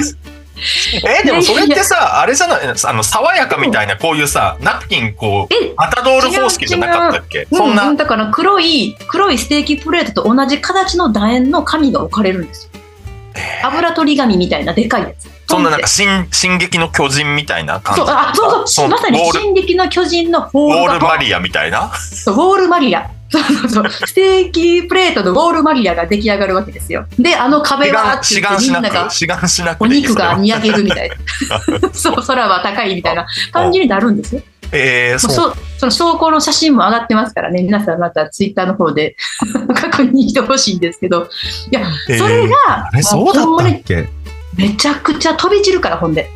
Speaker 3: えでもそれってさあれじゃないあの爽やかみたいなこういうさナプキンこう
Speaker 4: え
Speaker 3: マタドール方式じゃなかったっけそん
Speaker 4: う、
Speaker 3: なん
Speaker 4: だから黒い黒いステーキプレートと同じ形の楕円の紙が置かれるんですよ油取り紙みたいなでかいやつ
Speaker 3: そんななん
Speaker 4: ポン
Speaker 3: か
Speaker 4: って
Speaker 3: 進進撃の巨人みたいな感じ
Speaker 4: そうあそうそうまさに「進撃の巨人」の
Speaker 3: ウ
Speaker 4: ホー
Speaker 3: ォ
Speaker 4: ル
Speaker 3: ー
Speaker 4: が
Speaker 3: ルマリアみたいな
Speaker 4: そうウォールマリア。そうそうそう。ステーキプレートのウォールマリアが出来上がるわけですよ。で、あの壁
Speaker 3: 志
Speaker 4: はあ
Speaker 3: 願
Speaker 4: っ
Speaker 3: 志
Speaker 4: て言って
Speaker 3: 願
Speaker 4: み
Speaker 3: し
Speaker 4: ん
Speaker 3: な
Speaker 4: なが
Speaker 3: く志願しな
Speaker 4: お
Speaker 3: くでいい
Speaker 4: 肉が
Speaker 3: それは
Speaker 4: 見上げるみたい な。そう、空は高いみたいな感じになるんですよ。
Speaker 3: えー、
Speaker 4: もう
Speaker 3: そう
Speaker 4: そうその証拠の写真も上がってますからね、皆さんまたツイッターの方で 確認してほしいんですけど、
Speaker 3: えー
Speaker 4: それが
Speaker 3: あ、れそうだったっけうん
Speaker 4: めちゃくちゃ飛び散るから、ほんで。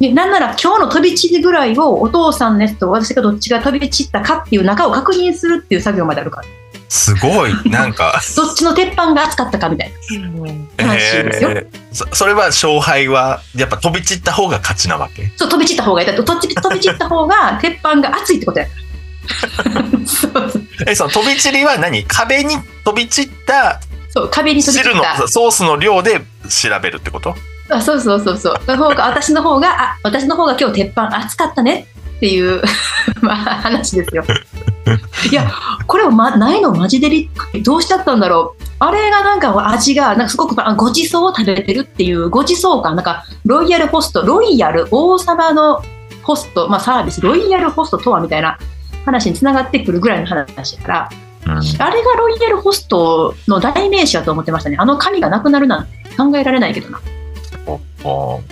Speaker 4: ね、なんなら今日の飛び散りぐらいをお父さんのやつと私がどっちが飛び散ったかっていう中を確認するっていう作業まであるから、
Speaker 3: すごいなんか
Speaker 4: どっちの鉄板が熱かったかみたいな。楽しいですよ
Speaker 3: えー そそれは勝敗はやっぱ飛び散った方が勝ちなわけ
Speaker 4: そう飛び散った方がいいだって 飛び飛び散った方が鉄板が熱いってことやから そうそう
Speaker 3: えその飛び散りは何壁に飛び散った
Speaker 4: そう壁に飛び散
Speaker 3: 汁
Speaker 4: っ
Speaker 3: の
Speaker 4: た
Speaker 3: ソースの量で調べるってこと
Speaker 4: あそうそうそうそうの方が私の方があ私の方が今日鉄板熱かったねっていう まあ話ですよいやこれを、ま、ないのマジでりどうしちゃったんだろうあれがなんか味がなんかすごくあごちそうを食べてるっていうごちそう感なんかロイヤルホストロイヤル王様のホスト、まあ、サービスロイヤルホストとはみたいな話につながってくるぐらいの話だからあれがロイヤルホストの代名詞だと思ってましたね。あの紙がなくなるなんて考えられないけどな。
Speaker 3: あ
Speaker 4: も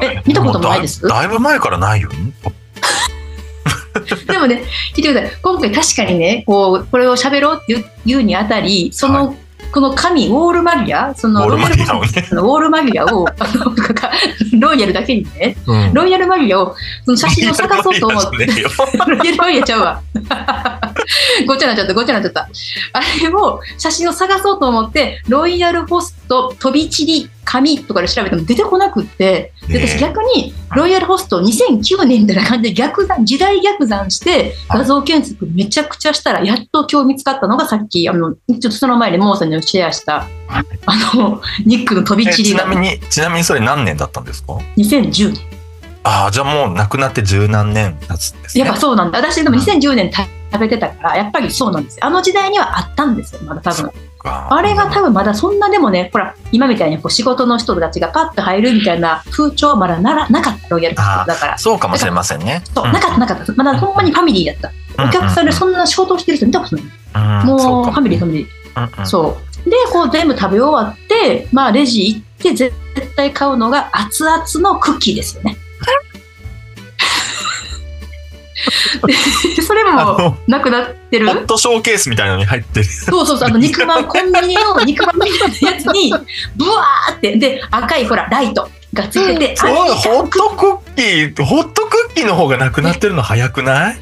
Speaker 4: う、え、見たこともないです。
Speaker 3: だいだいぶ前からないよね
Speaker 4: でもね、聞いてください。今回確かにね、こう、これを喋ろうっていう言うにあたり、その、この紙、ウォールマリア、そ
Speaker 3: ウォ
Speaker 4: の
Speaker 3: ール
Speaker 4: ロイ
Speaker 3: マ
Speaker 4: ヤル
Speaker 3: リ
Speaker 4: ホ
Speaker 3: アをね、
Speaker 4: ストのウォールマリアを、あのかロイヤルだけにね、
Speaker 3: うん
Speaker 4: ロイヤルマリアを、その写真を探そうと思っ
Speaker 3: ロ
Speaker 4: て
Speaker 3: イヤルマリアじゃねえよ
Speaker 4: ロイヤルマリアちゃうわ。ごっちゃになっちゃった、ごっちゃになっちゃった。あれを写真を探そうと思って、ロイヤルホスト飛び散り紙とかで調べても出てこなくって、で
Speaker 3: ねえ
Speaker 4: 私逆にロイヤルホスト2009年みたいな感じで逆算、時代逆算して画像検索めちゃくちゃしたら、やっと今日見つかったのがさっき、あの、ちょっとその前にモーさんにシェアした、
Speaker 3: はい
Speaker 4: あの、ニックの飛び
Speaker 3: え
Speaker 4: 散り
Speaker 3: ちな
Speaker 4: が
Speaker 3: みにちなみにそれ何年だったんですか
Speaker 4: 2010年。
Speaker 3: ああじゃあもう亡くなって十何年経つんですね
Speaker 4: やっぱそうなんだ。私でも2010年食べてたから、やっぱりそうなんですよ。あの時代にはあったんですよ、まだ多分。あれが多分まだそんなでもね、ほら、今みたいにこう仕事の人たちがパッと入るみたいな風潮はまだならなかった、ロイヤルホストだから。
Speaker 3: そうかもしれませんね
Speaker 4: そう、なかったなかった。まだほんまにファミリーだった。お客さんでそんな仕事をしてる人見たことない。
Speaker 3: うん
Speaker 4: もう
Speaker 3: そか
Speaker 4: ファミリーファミリー。
Speaker 3: うんうん
Speaker 4: そう。で、こう全部食べ終わって、まあレジ行って絶対買うのが熱々のクッキーで すよね。でそれ
Speaker 3: あ
Speaker 4: も
Speaker 3: の
Speaker 4: なくなってる
Speaker 3: ホットショーケースみたいなのに入ってる
Speaker 4: そうそうそ う、あの肉まん、コンビニの肉まんみたいなやつに、ブワーって、で、赤いほら、ライトがついてて、
Speaker 3: そ
Speaker 4: あ
Speaker 3: うホットクッキーホットクッキーの方がなくなってるの早くない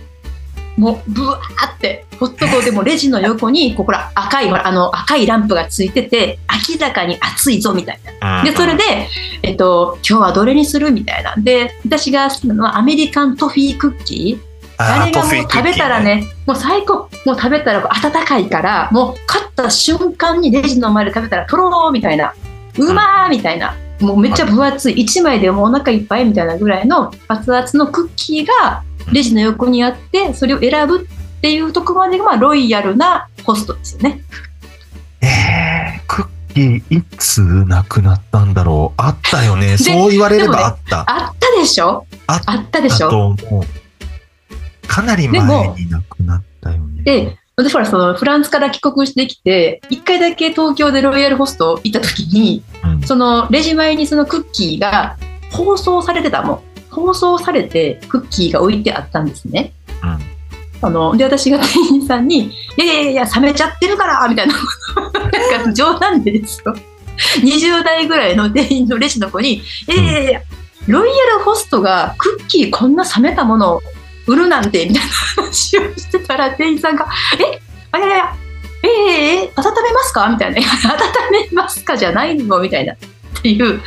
Speaker 4: もう、ブワーって、ホットコーでもレジの横に、こうほら、赤い、ほら、あの、赤いランプがついてて、明らかに熱いぞ、みたいな。で、それで、えっと、今日はどれにするみたいな。で、私が好きなのは、アメリカントフィークッキー。あれがもう食べたらね、もう最高、もう食べたらこう温かいから、もう買った瞬間にレジの前で食べたら、とろーみたいな、うまーみたいな、もうめっちゃ分厚い、1枚でもうお腹いっぱいみたいなぐらいの熱々のクッキーがレジの横にあって、それを選ぶっていうとこまでが、まあ、ロイヤルなホストですよね。
Speaker 3: えー、クッキーいつなくなったんだろうあったよねそう言われればあった、
Speaker 4: あったでしょ
Speaker 3: あっ
Speaker 4: あったでし
Speaker 3: だ
Speaker 4: ょ
Speaker 3: と思うかなり前になくなったよね
Speaker 4: で私ほらそのフランスから帰国してきて1回だけ東京でロイヤルホスト行った時に
Speaker 3: うん
Speaker 4: そのレジ前にそのクッキーが包装されてたもん包装されてクッキーが置いてあったんですね
Speaker 3: うん
Speaker 4: あので私が店員さんに「いやいやいや冷めちゃってるから」みたいな なんか冗談でですよ20代ぐらいの店員のレジの子に「いやいやいやいやロイヤルホストがクッキーこんな冷めたものを売るなんて」みたいな話をしてたら店員さんが「えあいやいやいやええええ温めますか?」みたいな「いや 温めますか?」じゃないのみたいなっていう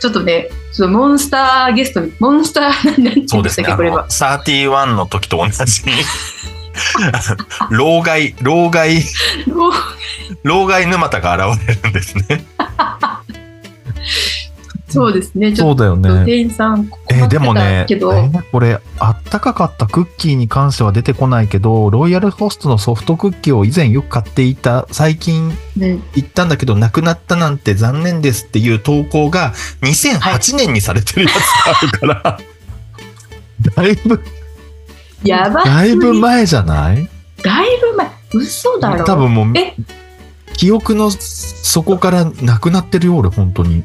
Speaker 4: ちょっとねそのモンスターゲストモンスターなんなんて言ん
Speaker 3: そうで
Speaker 4: ですしたっ
Speaker 3: ね。
Speaker 4: け
Speaker 3: あ
Speaker 4: これは
Speaker 3: の、31の時と同じ。 老害、老害、
Speaker 4: もう
Speaker 3: 老害沼田が現れるんですね。
Speaker 4: そうですねちょっ
Speaker 1: そうだよ
Speaker 4: と
Speaker 1: ね。
Speaker 4: 店員さん困
Speaker 1: え
Speaker 4: っ
Speaker 1: で
Speaker 4: て
Speaker 1: も
Speaker 4: た
Speaker 1: ね、
Speaker 4: けど、
Speaker 1: えこれ、あったかかったクッキーに関しては出てこないけど、ロイヤルホストのソフトクッキーを以前よく買っていた、最近
Speaker 4: うん
Speaker 1: 行ったんだけど、なくなったなんて残念ですっていう投稿が、2008年にされてるやつがあるから、だいぶ、
Speaker 4: やば
Speaker 1: だいぶ
Speaker 4: 前
Speaker 1: 前じゃない
Speaker 4: だいぶ前嘘だろ
Speaker 1: 多分もう
Speaker 4: え
Speaker 1: 記憶の底からなくなってるよ俺本当に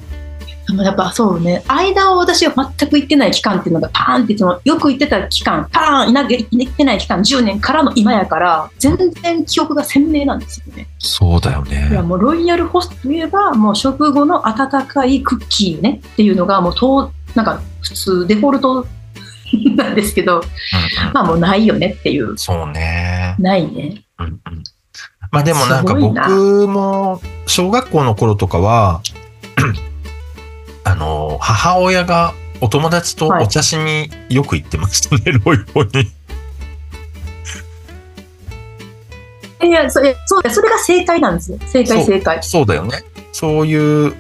Speaker 4: でもやっぱそうね間を私は全く行ってない期間っていうのがパーンっていつもよく行ってた期間パーンいな行ってない期間10年からの今やから全然記憶が鮮明なんですよね
Speaker 1: そうだよ
Speaker 4: いや
Speaker 1: ね
Speaker 4: もうロイヤルホストといえばもう食後の温かいクッキーねっていうのがもうとなんか普通デフォルトなんですけ
Speaker 3: う
Speaker 4: ど
Speaker 3: んうん
Speaker 4: まあもうないよねっていう
Speaker 3: そうね。
Speaker 4: ないね
Speaker 3: うんうんまあでもなんか
Speaker 4: すごいな
Speaker 1: 僕も
Speaker 3: 小学校の頃とかは あの母親がお友達とお茶しによく行ってましたね、 ロイホに。
Speaker 4: いやそれそうだそれが正解なんですよ正
Speaker 3: そう
Speaker 4: 解正解
Speaker 3: そうだよね。そういう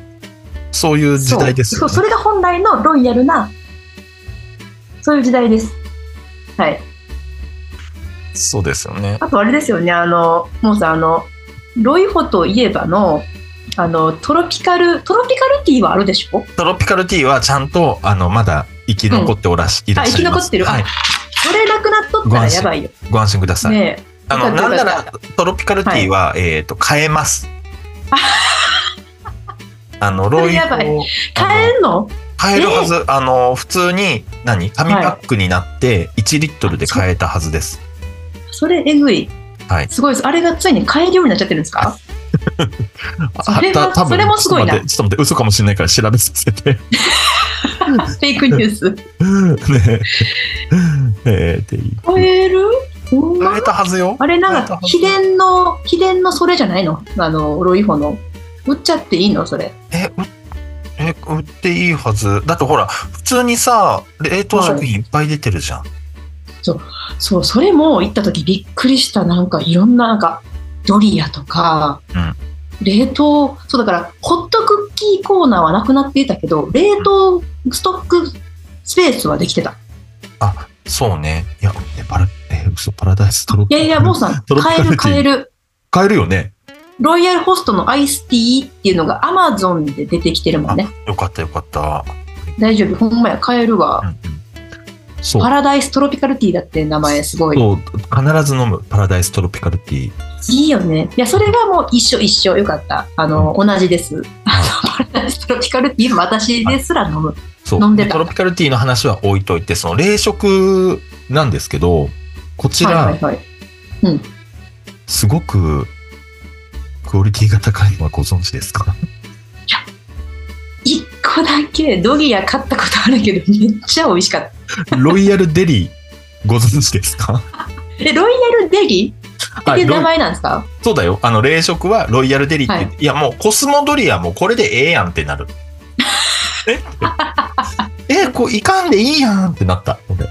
Speaker 3: そういう時代ですよ
Speaker 4: そうそ
Speaker 3: ね。
Speaker 4: うそれが本来のロイヤルなそういう時代ですはい
Speaker 3: そうですよね。
Speaker 4: あとあれですよねあのもうさんあのロイホといえばのあのトロピカルトロピカルティーはあるでしょ
Speaker 3: トロピカルティーはちゃんとあのまだ生き残っておらし、いらっしゃい
Speaker 4: あ生き
Speaker 3: ます。
Speaker 4: 残ってる
Speaker 3: はい。
Speaker 4: それなくなっとったらやばいよ
Speaker 3: ご安心ください。
Speaker 4: ねえ
Speaker 3: あの
Speaker 4: よか
Speaker 3: な
Speaker 4: っ
Speaker 3: ん
Speaker 4: た
Speaker 3: な
Speaker 4: よ
Speaker 3: ら
Speaker 4: か
Speaker 3: トロピカルティーは、えっ、と変え ます。あのロ
Speaker 4: それ
Speaker 3: イ
Speaker 4: やばい
Speaker 3: ホ
Speaker 4: 買えんの
Speaker 3: 買えるはず、あの普通に何紙パックになって1リットルで買えたはずです、
Speaker 4: それえぐい、
Speaker 3: はい
Speaker 4: すごいですあれがついに買えるようになっちゃってるんですかそれ
Speaker 3: た
Speaker 4: は
Speaker 3: 多分
Speaker 4: それもすごいな
Speaker 3: ちょっと待ってちょっと待って嘘かもしれないから調べさせて ね
Speaker 4: フェイクニュース
Speaker 3: えーでいい
Speaker 4: 超えるほんま
Speaker 3: 買えたはずよ
Speaker 4: あれなんか秘伝の秘伝のそれじゃないのあのロイホの売っちゃっていいのそれ
Speaker 3: えうえ売っていいはずだってほら普通にさ冷凍食品いっぱい出てるじゃん、
Speaker 4: そうそれも行った時びっくりしたなんかいろんななんかドリアとか、
Speaker 3: うん
Speaker 4: 冷凍そうだからホットクッキーコーナーはなくなっていたけど冷凍ストックスペースはできてた
Speaker 3: そうねいやえパラえ嘘パラダイストロ
Speaker 4: いやいやもう さ
Speaker 3: トロピカ
Speaker 4: 買え
Speaker 3: ルティー
Speaker 4: る買える
Speaker 3: 買えるよね
Speaker 4: ロイヤルホストのアイスティーっていうのがアマゾンで出てきてるもんね
Speaker 3: よかったよかった、
Speaker 4: 大丈夫ほんまや買え
Speaker 3: う
Speaker 4: る
Speaker 3: ん
Speaker 4: わ
Speaker 3: うん
Speaker 1: そう
Speaker 4: パラダイストロピカルティーだって名前すごい
Speaker 3: そう必ず飲むパラダイストロピカルティー
Speaker 4: いいよね。いや、それがもう一緒一緒。よかった。あの、同じです。あの、パラダイストロピカルティー、私ですら飲む。
Speaker 3: そう
Speaker 4: 飲んでた
Speaker 3: トロピカルティーの話は置いといてその冷食なんですけどこち
Speaker 4: はいは
Speaker 3: ら
Speaker 4: いはい。
Speaker 3: すごくクオリティが高いのはご存知ですか
Speaker 4: 一個だけドリア買ったことあるけど、めっちゃ美味しかった。
Speaker 3: ロイヤルデリーご存知ですか
Speaker 4: え、ロイヤルデリーっ
Speaker 3: は
Speaker 4: て
Speaker 3: い
Speaker 4: いう
Speaker 3: ロイ
Speaker 4: 名前なんですか
Speaker 3: そうだよあの冷食はロイヤルデリーって、、
Speaker 4: はい
Speaker 3: やもうコスモドリアもこれでええやんって なるええこういかんでいいやんってなった俺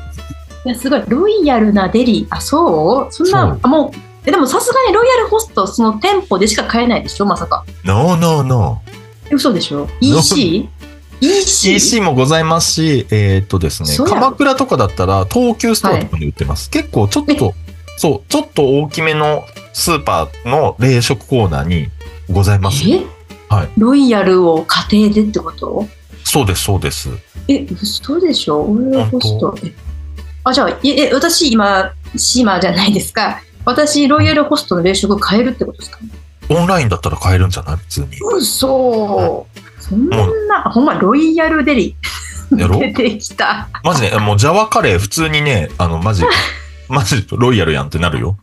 Speaker 4: いや、すごい。ロイヤルなデリー。あ、そうそん
Speaker 3: そ
Speaker 4: な
Speaker 3: う、
Speaker 4: あもう、えでもさすがにロイヤルホスト、その店舗でしか買えないでしょまさか。
Speaker 3: ノーノーノ
Speaker 4: え嘘でしょ ?EC?EC?
Speaker 3: ー EC もございますしえーっとですね
Speaker 4: そうやろ
Speaker 3: 鎌倉とかだったら東急ストアとかに売ってます、結構ちょっとそうちょっと大きめのスーパーの冷食コーナーにございます
Speaker 4: え、
Speaker 3: はい
Speaker 4: ロイヤルを家庭でってこと
Speaker 3: そうですそうです
Speaker 4: え、嘘でしょ俺はホスト。えあ、じゃあ、え、え私今、シーマーじゃないですか。私、ロイヤルホストの冷食買えるってことですか
Speaker 3: オンラインだったら買えるんじゃない普通に
Speaker 4: 嘘そんな、ほんま、ロイヤルデリ
Speaker 3: やろ
Speaker 4: 出てきた。
Speaker 3: マジねもうジャワカレー普通にねあのマジ
Speaker 1: マジロイヤルやんってなるよ。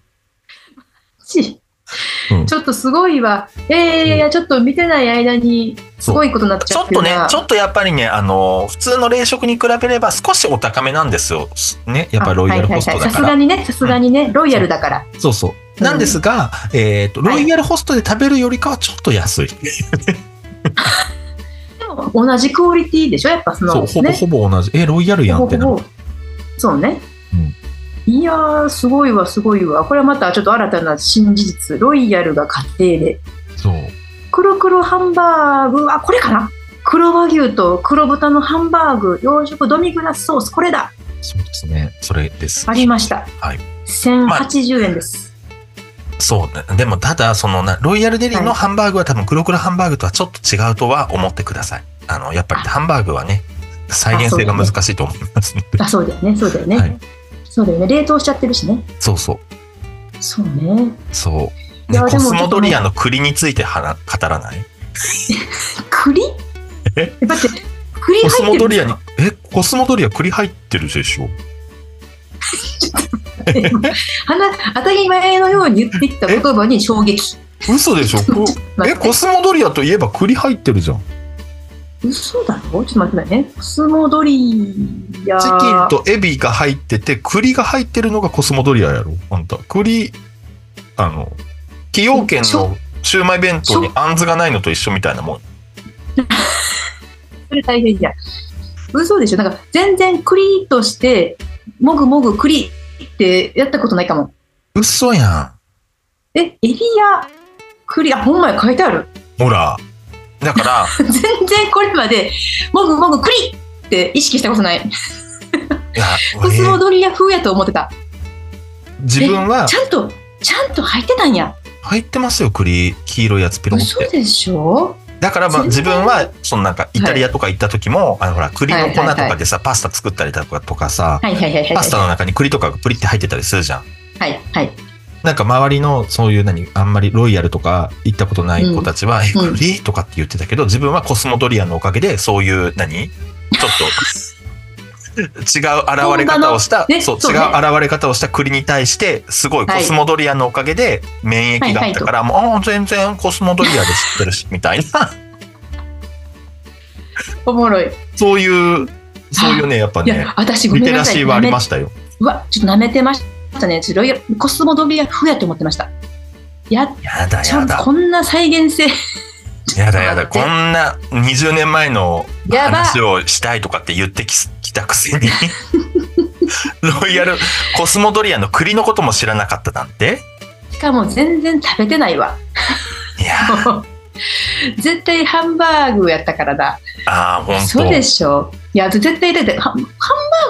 Speaker 4: し
Speaker 1: うん
Speaker 4: ちょっとすごいわ。いやいやいや、ちょっと見てない間に、すごいことになっち
Speaker 3: ち
Speaker 4: ゃ
Speaker 3: ょ
Speaker 4: っ
Speaker 3: ってと
Speaker 4: る
Speaker 3: ね
Speaker 4: な。、
Speaker 3: ちょっとやっぱりね、あの、普通の冷食に比べれば少しお高めなんですよ。ね、やっぱロイヤルホスト
Speaker 4: あはいは
Speaker 3: だ
Speaker 4: いはいさ
Speaker 3: か
Speaker 4: すが
Speaker 3: ら。
Speaker 4: にね、さすがにね、ロイヤルだから。
Speaker 1: そうそう。なんですが、えっと、ロイヤルホストで食べるよりかはちょっと安い。
Speaker 4: でも、同じクオリティでしょやっぱその、
Speaker 1: そう、ほぼほぼ同じ。え、ロイヤルやんってなる
Speaker 4: ほぼ。ほぼそうね、いやーすごいわすごいわこれはまたちょっと新たな新事実ロイヤルが家庭で
Speaker 1: そう。
Speaker 4: 黒黒ハンバーグあこれかな黒和牛と黒豚のハンバーグ洋食ドミグラスソースこれだ
Speaker 1: そうですね。それです。
Speaker 4: ありました、
Speaker 3: はい
Speaker 4: 1080円です、
Speaker 3: そうね。でも、ただ、そのな、ロイヤルデリーのハンバーグは多分黒黒ハンバーグとはちょっと違うとは思ってください。あの、やっぱりハンバーグはね、再現性が難しいと思いますので。
Speaker 4: あそうだよねそうだよね、
Speaker 3: はい
Speaker 4: そうだよね冷凍しちゃってるしね
Speaker 3: そうそう。
Speaker 4: そうね
Speaker 3: そう。
Speaker 4: い
Speaker 3: ね、
Speaker 4: や
Speaker 3: コ
Speaker 4: でも
Speaker 3: スモドリアの栗についてはな語らない
Speaker 4: 栗
Speaker 3: え
Speaker 4: えだって栗
Speaker 3: コス
Speaker 4: 入
Speaker 3: モ
Speaker 4: ってる
Speaker 3: ド
Speaker 4: んで
Speaker 3: リ
Speaker 4: す
Speaker 3: アに
Speaker 4: か、
Speaker 3: え、コスモドリア栗入ってるでしょ
Speaker 4: 花当たり前のように言ってきた言葉に衝撃
Speaker 3: 嘘でしょ こ
Speaker 4: 待
Speaker 3: え、
Speaker 4: って
Speaker 3: コスモドリアといえば栗入ってるじゃん。
Speaker 4: 嘘だろちょっと待ってね。コスモドリア。
Speaker 3: チキンとエビが入ってて、栗が入ってるのがコスモドリアやろあんた。栗、あの、崎陽軒
Speaker 4: しょ
Speaker 3: のシューマイ弁当にあんずがないのと一緒みたいなもん。
Speaker 4: それ大変じゃん。嘘でしょなんか全然栗として、もぐもぐ栗ってやったことないかも。
Speaker 3: 嘘や
Speaker 4: え、エビや栗、あ、ほんまや書いてある。
Speaker 3: ん。ほら。だから、
Speaker 4: 全然これまで、もぐもぐ栗って意識したことない。
Speaker 3: いや、
Speaker 4: コスモ
Speaker 3: 俺
Speaker 4: ドリア風やと思ってた。
Speaker 3: 自分は
Speaker 4: ちゃんと、ちゃんと入ってたんや。
Speaker 3: 入ってますよ、栗。黄色いやつピロンっ
Speaker 4: 嘘
Speaker 3: て。
Speaker 4: でしょ
Speaker 3: だから、まあ、自
Speaker 4: 全然
Speaker 3: 分は、そのなんか、イタリアとか行った時も、あの、ほら、栗の粉とかでさ、パスタ作ったりだとかとかさ、
Speaker 4: はいはいはいはい。
Speaker 3: パスタの中に栗とかがプリって入ってたりするじゃん。
Speaker 4: はいはい。
Speaker 3: なんか周りのそういう何あんまりロイヤルとか行ったことない子たちは「え
Speaker 4: うん
Speaker 3: クリー?」とかって言ってたけど自分はコスモドリアのおかげでそういう何ち ょっと違う現れ方をした、
Speaker 4: 本場のね
Speaker 3: そう
Speaker 4: そう
Speaker 3: 違
Speaker 4: ね
Speaker 3: う現れ方をした栗に対してすごい
Speaker 4: は
Speaker 3: コ
Speaker 4: い
Speaker 3: スモドリアのおかげで免疫があったから、もうあー全然コスモドリアで知ってるしみたいな
Speaker 4: おもろい。
Speaker 3: そういうそういうねやっぱ
Speaker 4: い
Speaker 3: ね
Speaker 4: や、私ご
Speaker 3: リ
Speaker 4: め
Speaker 3: テ
Speaker 4: んな
Speaker 3: ラ
Speaker 4: さい。
Speaker 3: シーはありましたよ。
Speaker 4: うわ、ちょっと舐めてましたね。ちょっとロイヤルコスモドリア風やと思ってました。やっ
Speaker 3: やだ
Speaker 4: ちゃ
Speaker 3: や
Speaker 4: ん
Speaker 3: だ
Speaker 4: こんな再 現性。
Speaker 3: やだやだこんな
Speaker 4: な。
Speaker 3: 20年前の
Speaker 4: やば
Speaker 3: 話をしたいとかって言ってきすきたくせにロイヤルコスモドリアの栗のことも知らなかったなんて
Speaker 4: しかも全然食べてないわ。
Speaker 3: いや
Speaker 4: 絶対ハンバーグやったからだ。
Speaker 3: あー本当
Speaker 4: そうでしょ。いや、絶対だってハハンバ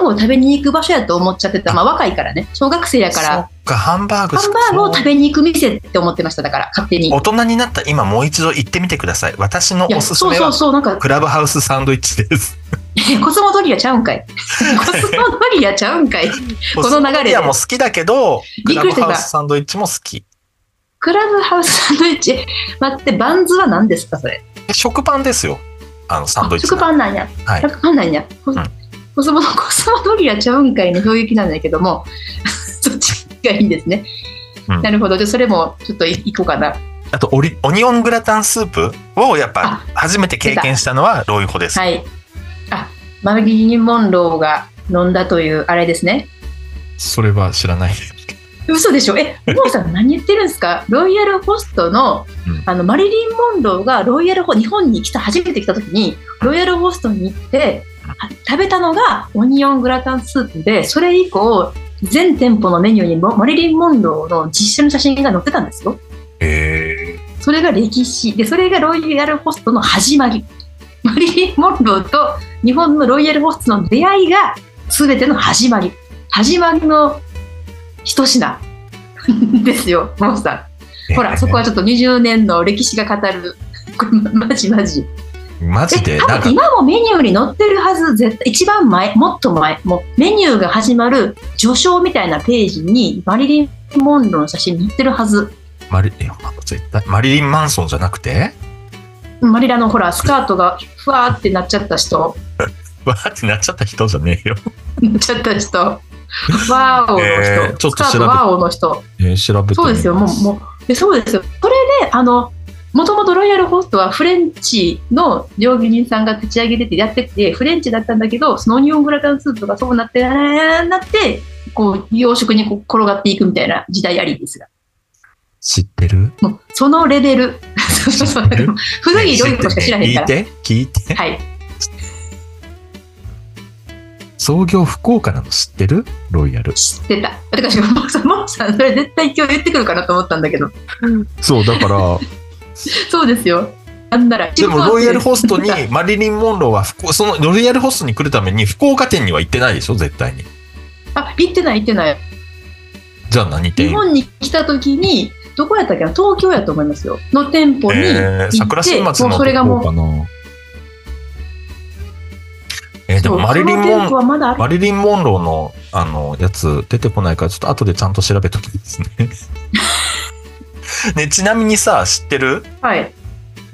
Speaker 4: ーグを食べに行く場所やと思っちゃってた。まあ若いからね。小学生やから。
Speaker 3: そっかハンバーグ
Speaker 4: ハンバーグを食べに行く店って思ってました。だから勝手に。い
Speaker 3: 大人になった今もう一度行ってみてください私のお
Speaker 4: や、
Speaker 3: すす
Speaker 4: そう
Speaker 3: め
Speaker 4: そ
Speaker 3: は
Speaker 4: うそう。なんか
Speaker 3: クラブハウスサンドイッチです
Speaker 4: コスモドリアちゃう んかい。コスモドリアちゃうんかい。この
Speaker 3: コ
Speaker 4: 流れで
Speaker 3: スモドリアも好きだけどク
Speaker 4: びっ
Speaker 3: ラ
Speaker 4: く
Speaker 3: ブ
Speaker 4: りした
Speaker 3: ハウスサンドイッチも好き
Speaker 4: クラブハウスサンドイッチ。 待って、バンズは何ですか、それ。
Speaker 3: 食パンですよあのサンドイッチ
Speaker 4: 食パンなんや。
Speaker 3: はい
Speaker 4: 食パンなんや。コス
Speaker 3: うん
Speaker 4: コスモ コスモドリアちゃうんかいの表現なんだけども、 そっちがいいんですね。
Speaker 3: うん
Speaker 4: なるほど。じゃあ、それもちょっといいこうかな。
Speaker 3: あとオリオニオングラタンスープをやっぱ初めて経験したのはロイホです
Speaker 4: はい。あ、マルギー・モンローが飲んだというあれですね。
Speaker 3: それは知らないです
Speaker 4: 嘘でし ょえ、モーさん何言ってるんですかロイヤルホストの,、
Speaker 3: うん
Speaker 4: あのマリリン・モンローがロイヤルホ日本に来た初めて来た時にロイヤルホストに行ってあ食べたのがオニオングラタンスープでそれ以降全店舗のメニューにもマリリン・モンローの実写の写真が載ってたんですよ
Speaker 3: へえ
Speaker 4: それが歴史でそれがロイヤルホストの始まりマリリン・モンローと日本のロイヤルホストの出会いが全ての始まり始まりの一品 ですよモンスターほらそこはちょっと20年の歴史が語る これマジマジ
Speaker 3: マジ
Speaker 4: え
Speaker 3: でな
Speaker 4: 多
Speaker 3: ん
Speaker 4: 分
Speaker 3: か
Speaker 4: 今もメニューに載ってるはず絶対一番前もっと前もうメニューが始まる序章みたいなページにマリリン・モンローの写真載ってるはず
Speaker 3: マリいやま絶対マリリン・マンソンじゃなくて
Speaker 4: マリラのほらスカートがふわーってなっちゃった人
Speaker 3: わーってなっちゃった人じゃねえよ
Speaker 4: なっちゃった人ワーオの人、
Speaker 3: えーちょっと調べて
Speaker 4: スカートワーオの人。
Speaker 1: えー調べてみます
Speaker 4: そうですよ、もう、もう、えそうですよ。それで、あの、もともとロイヤルホストはフレンチの料理人さんが立ち上げててやってて、フレンチだったんだけど、そのオニオングラタンスープがそうなって、なって、こう、洋食にこう転がっていくみたいな時代ありですが。
Speaker 1: 知ってる
Speaker 4: もう、そのレベル。 そうそうそう。
Speaker 1: る
Speaker 4: 古い料理としか知らへんか
Speaker 1: 聞いて聞いて
Speaker 4: ら。はい。
Speaker 1: 創業福岡なの知ってるロイヤル
Speaker 4: 知ってた。てかし、もうさん、もうさん、それ絶対今日言ってくるかなと思ったんだけど。
Speaker 1: そう だから
Speaker 4: そうですよ。なんなら。
Speaker 3: でもロイヤルホストに
Speaker 4: なんか
Speaker 3: マリリン・モンローは福そのロイヤルホストに来るために福岡店には行ってないでしょ絶対に
Speaker 4: あ、行ってない行ってない。
Speaker 3: じゃあ何
Speaker 4: 日
Speaker 3: 店
Speaker 4: 本に来た時に、どこやったっけな東京やと思いますよ。の店舗に行
Speaker 3: え
Speaker 4: っ
Speaker 3: ー
Speaker 4: て、
Speaker 3: 桜新町の
Speaker 4: もうそれがもう
Speaker 1: どう、かな
Speaker 3: えーでもマリリン・
Speaker 4: そ
Speaker 3: モン
Speaker 4: うその店舗はまだある
Speaker 3: マリリン・モンローのあのやつ出てこないからちょっと後でちゃんと調べときですね ねちなみにさ知ってる
Speaker 4: はい。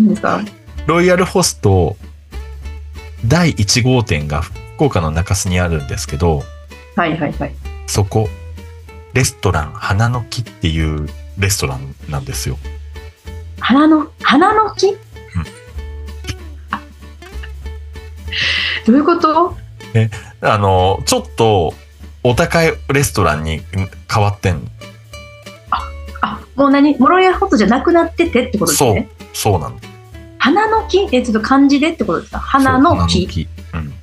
Speaker 4: いいんですか
Speaker 3: ロイヤルホスト第1号店が福岡の中洲にあるんですけど
Speaker 4: はいはいはい。
Speaker 3: そこレストラン花の木っていうレストランなんですよ
Speaker 4: 花の、花の木、あどういうこと
Speaker 3: あのちょっとお高いレストランにん変わってんの
Speaker 4: あ、もう何モロイヤルホストじゃなくなっててってことですね。
Speaker 3: そうなの
Speaker 4: 花の木え、ちょっと漢字でってことですか花
Speaker 3: そう
Speaker 4: の木。
Speaker 3: うん、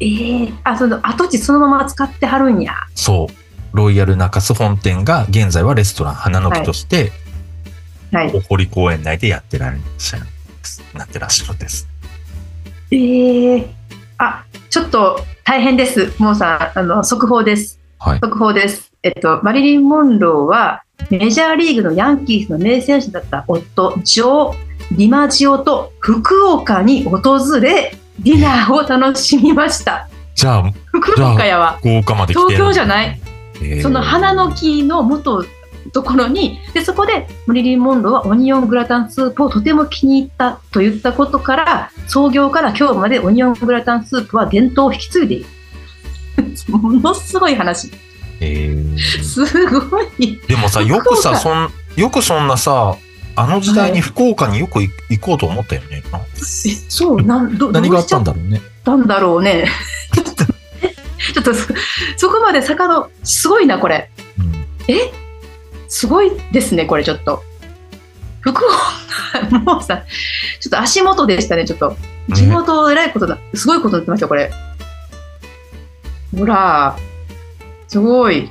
Speaker 4: ええあ、その跡地そのまま使ってはるんや。
Speaker 3: そうロイヤル中洲本店が現在はレストラン花の木として、
Speaker 4: はい。
Speaker 3: お堀公園内でやってられるしゃるんですなってらっしゃるんです
Speaker 4: ええあ、ちょっと大変です。もうさん、あの速報です。
Speaker 1: はい
Speaker 4: 速報です。えっと、マリリン・モンローはメジャーリーグのヤンキースの名選手だった夫、ジョー・ディマジオと福岡に訪れ、ディナーを楽しみました。
Speaker 3: じゃあ
Speaker 4: 福岡やわ。
Speaker 3: 福岡まで来てる
Speaker 4: 東京じゃない、
Speaker 3: えー
Speaker 4: その花の木の元ところにでそこでマリリン・モンローはオニオングラタンスープをとても気に入ったと言ったことから創業から今日までオニオングラタンスープは伝統を引き継いでいる ものすごい話
Speaker 1: えー
Speaker 4: すごい
Speaker 3: でもさよくさそんよくそんなさあの時代
Speaker 4: は
Speaker 3: に
Speaker 4: い
Speaker 3: 福岡によくい行こうと思ったよね、
Speaker 4: えそうなんど
Speaker 1: 何
Speaker 4: ど
Speaker 1: があ
Speaker 4: う
Speaker 1: っ
Speaker 4: しちゃ
Speaker 1: たんだ
Speaker 4: っ
Speaker 1: ろうね
Speaker 4: たんだろうね ちょっとそそこまで坂のすごいなこれ
Speaker 1: うん
Speaker 4: すごいですね、これちょっと。福岡、もうさ、ちょっと足元でしたね、ちょっと。地元、えらいことだ。すごいことになってました、これ。ほら、すごい。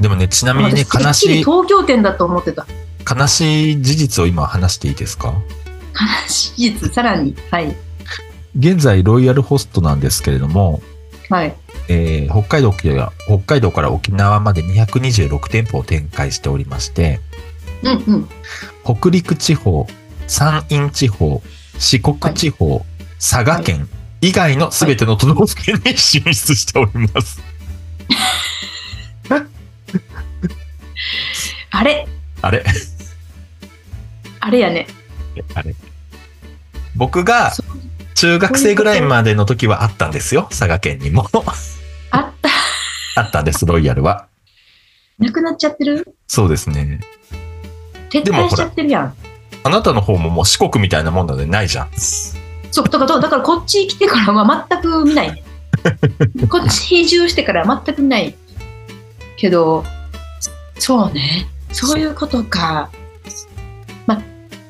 Speaker 3: でもねちなみにね
Speaker 4: 私
Speaker 3: 悲
Speaker 4: てっき
Speaker 3: し
Speaker 4: り
Speaker 3: い
Speaker 4: 東京店だと思ってた。
Speaker 3: 悲しい事実を今話していいですか
Speaker 4: 史実、さらに。はい。
Speaker 1: 現在ロイヤルホストなんですけれども、
Speaker 4: はい。
Speaker 1: えー北海道や北海道から沖縄まで226店舗を展開しておりまして
Speaker 4: うんうん。
Speaker 1: 北陸地方山陰地方四国地方、佐賀県以外の全ての都道府県に進出しております、
Speaker 4: あれ、
Speaker 1: あれ
Speaker 4: あれやね。
Speaker 1: あれ僕が
Speaker 4: そ
Speaker 3: 中学生ぐらいまでの時はあったんですよ佐賀県に も
Speaker 4: あった。
Speaker 3: あったんですロイヤルは
Speaker 4: なくなっちゃってる
Speaker 3: そうですね
Speaker 4: 撤
Speaker 3: でも
Speaker 4: 退
Speaker 3: ほ
Speaker 4: し
Speaker 3: ら
Speaker 4: ちゃってるやん。
Speaker 3: あなたの方ももう四国みたいなもんなのでないじゃん
Speaker 4: そう、だから、だからこっち来てからは全く見な いね。こっち移住してからは全く見ない。けど、そうね。そういうことか。ま、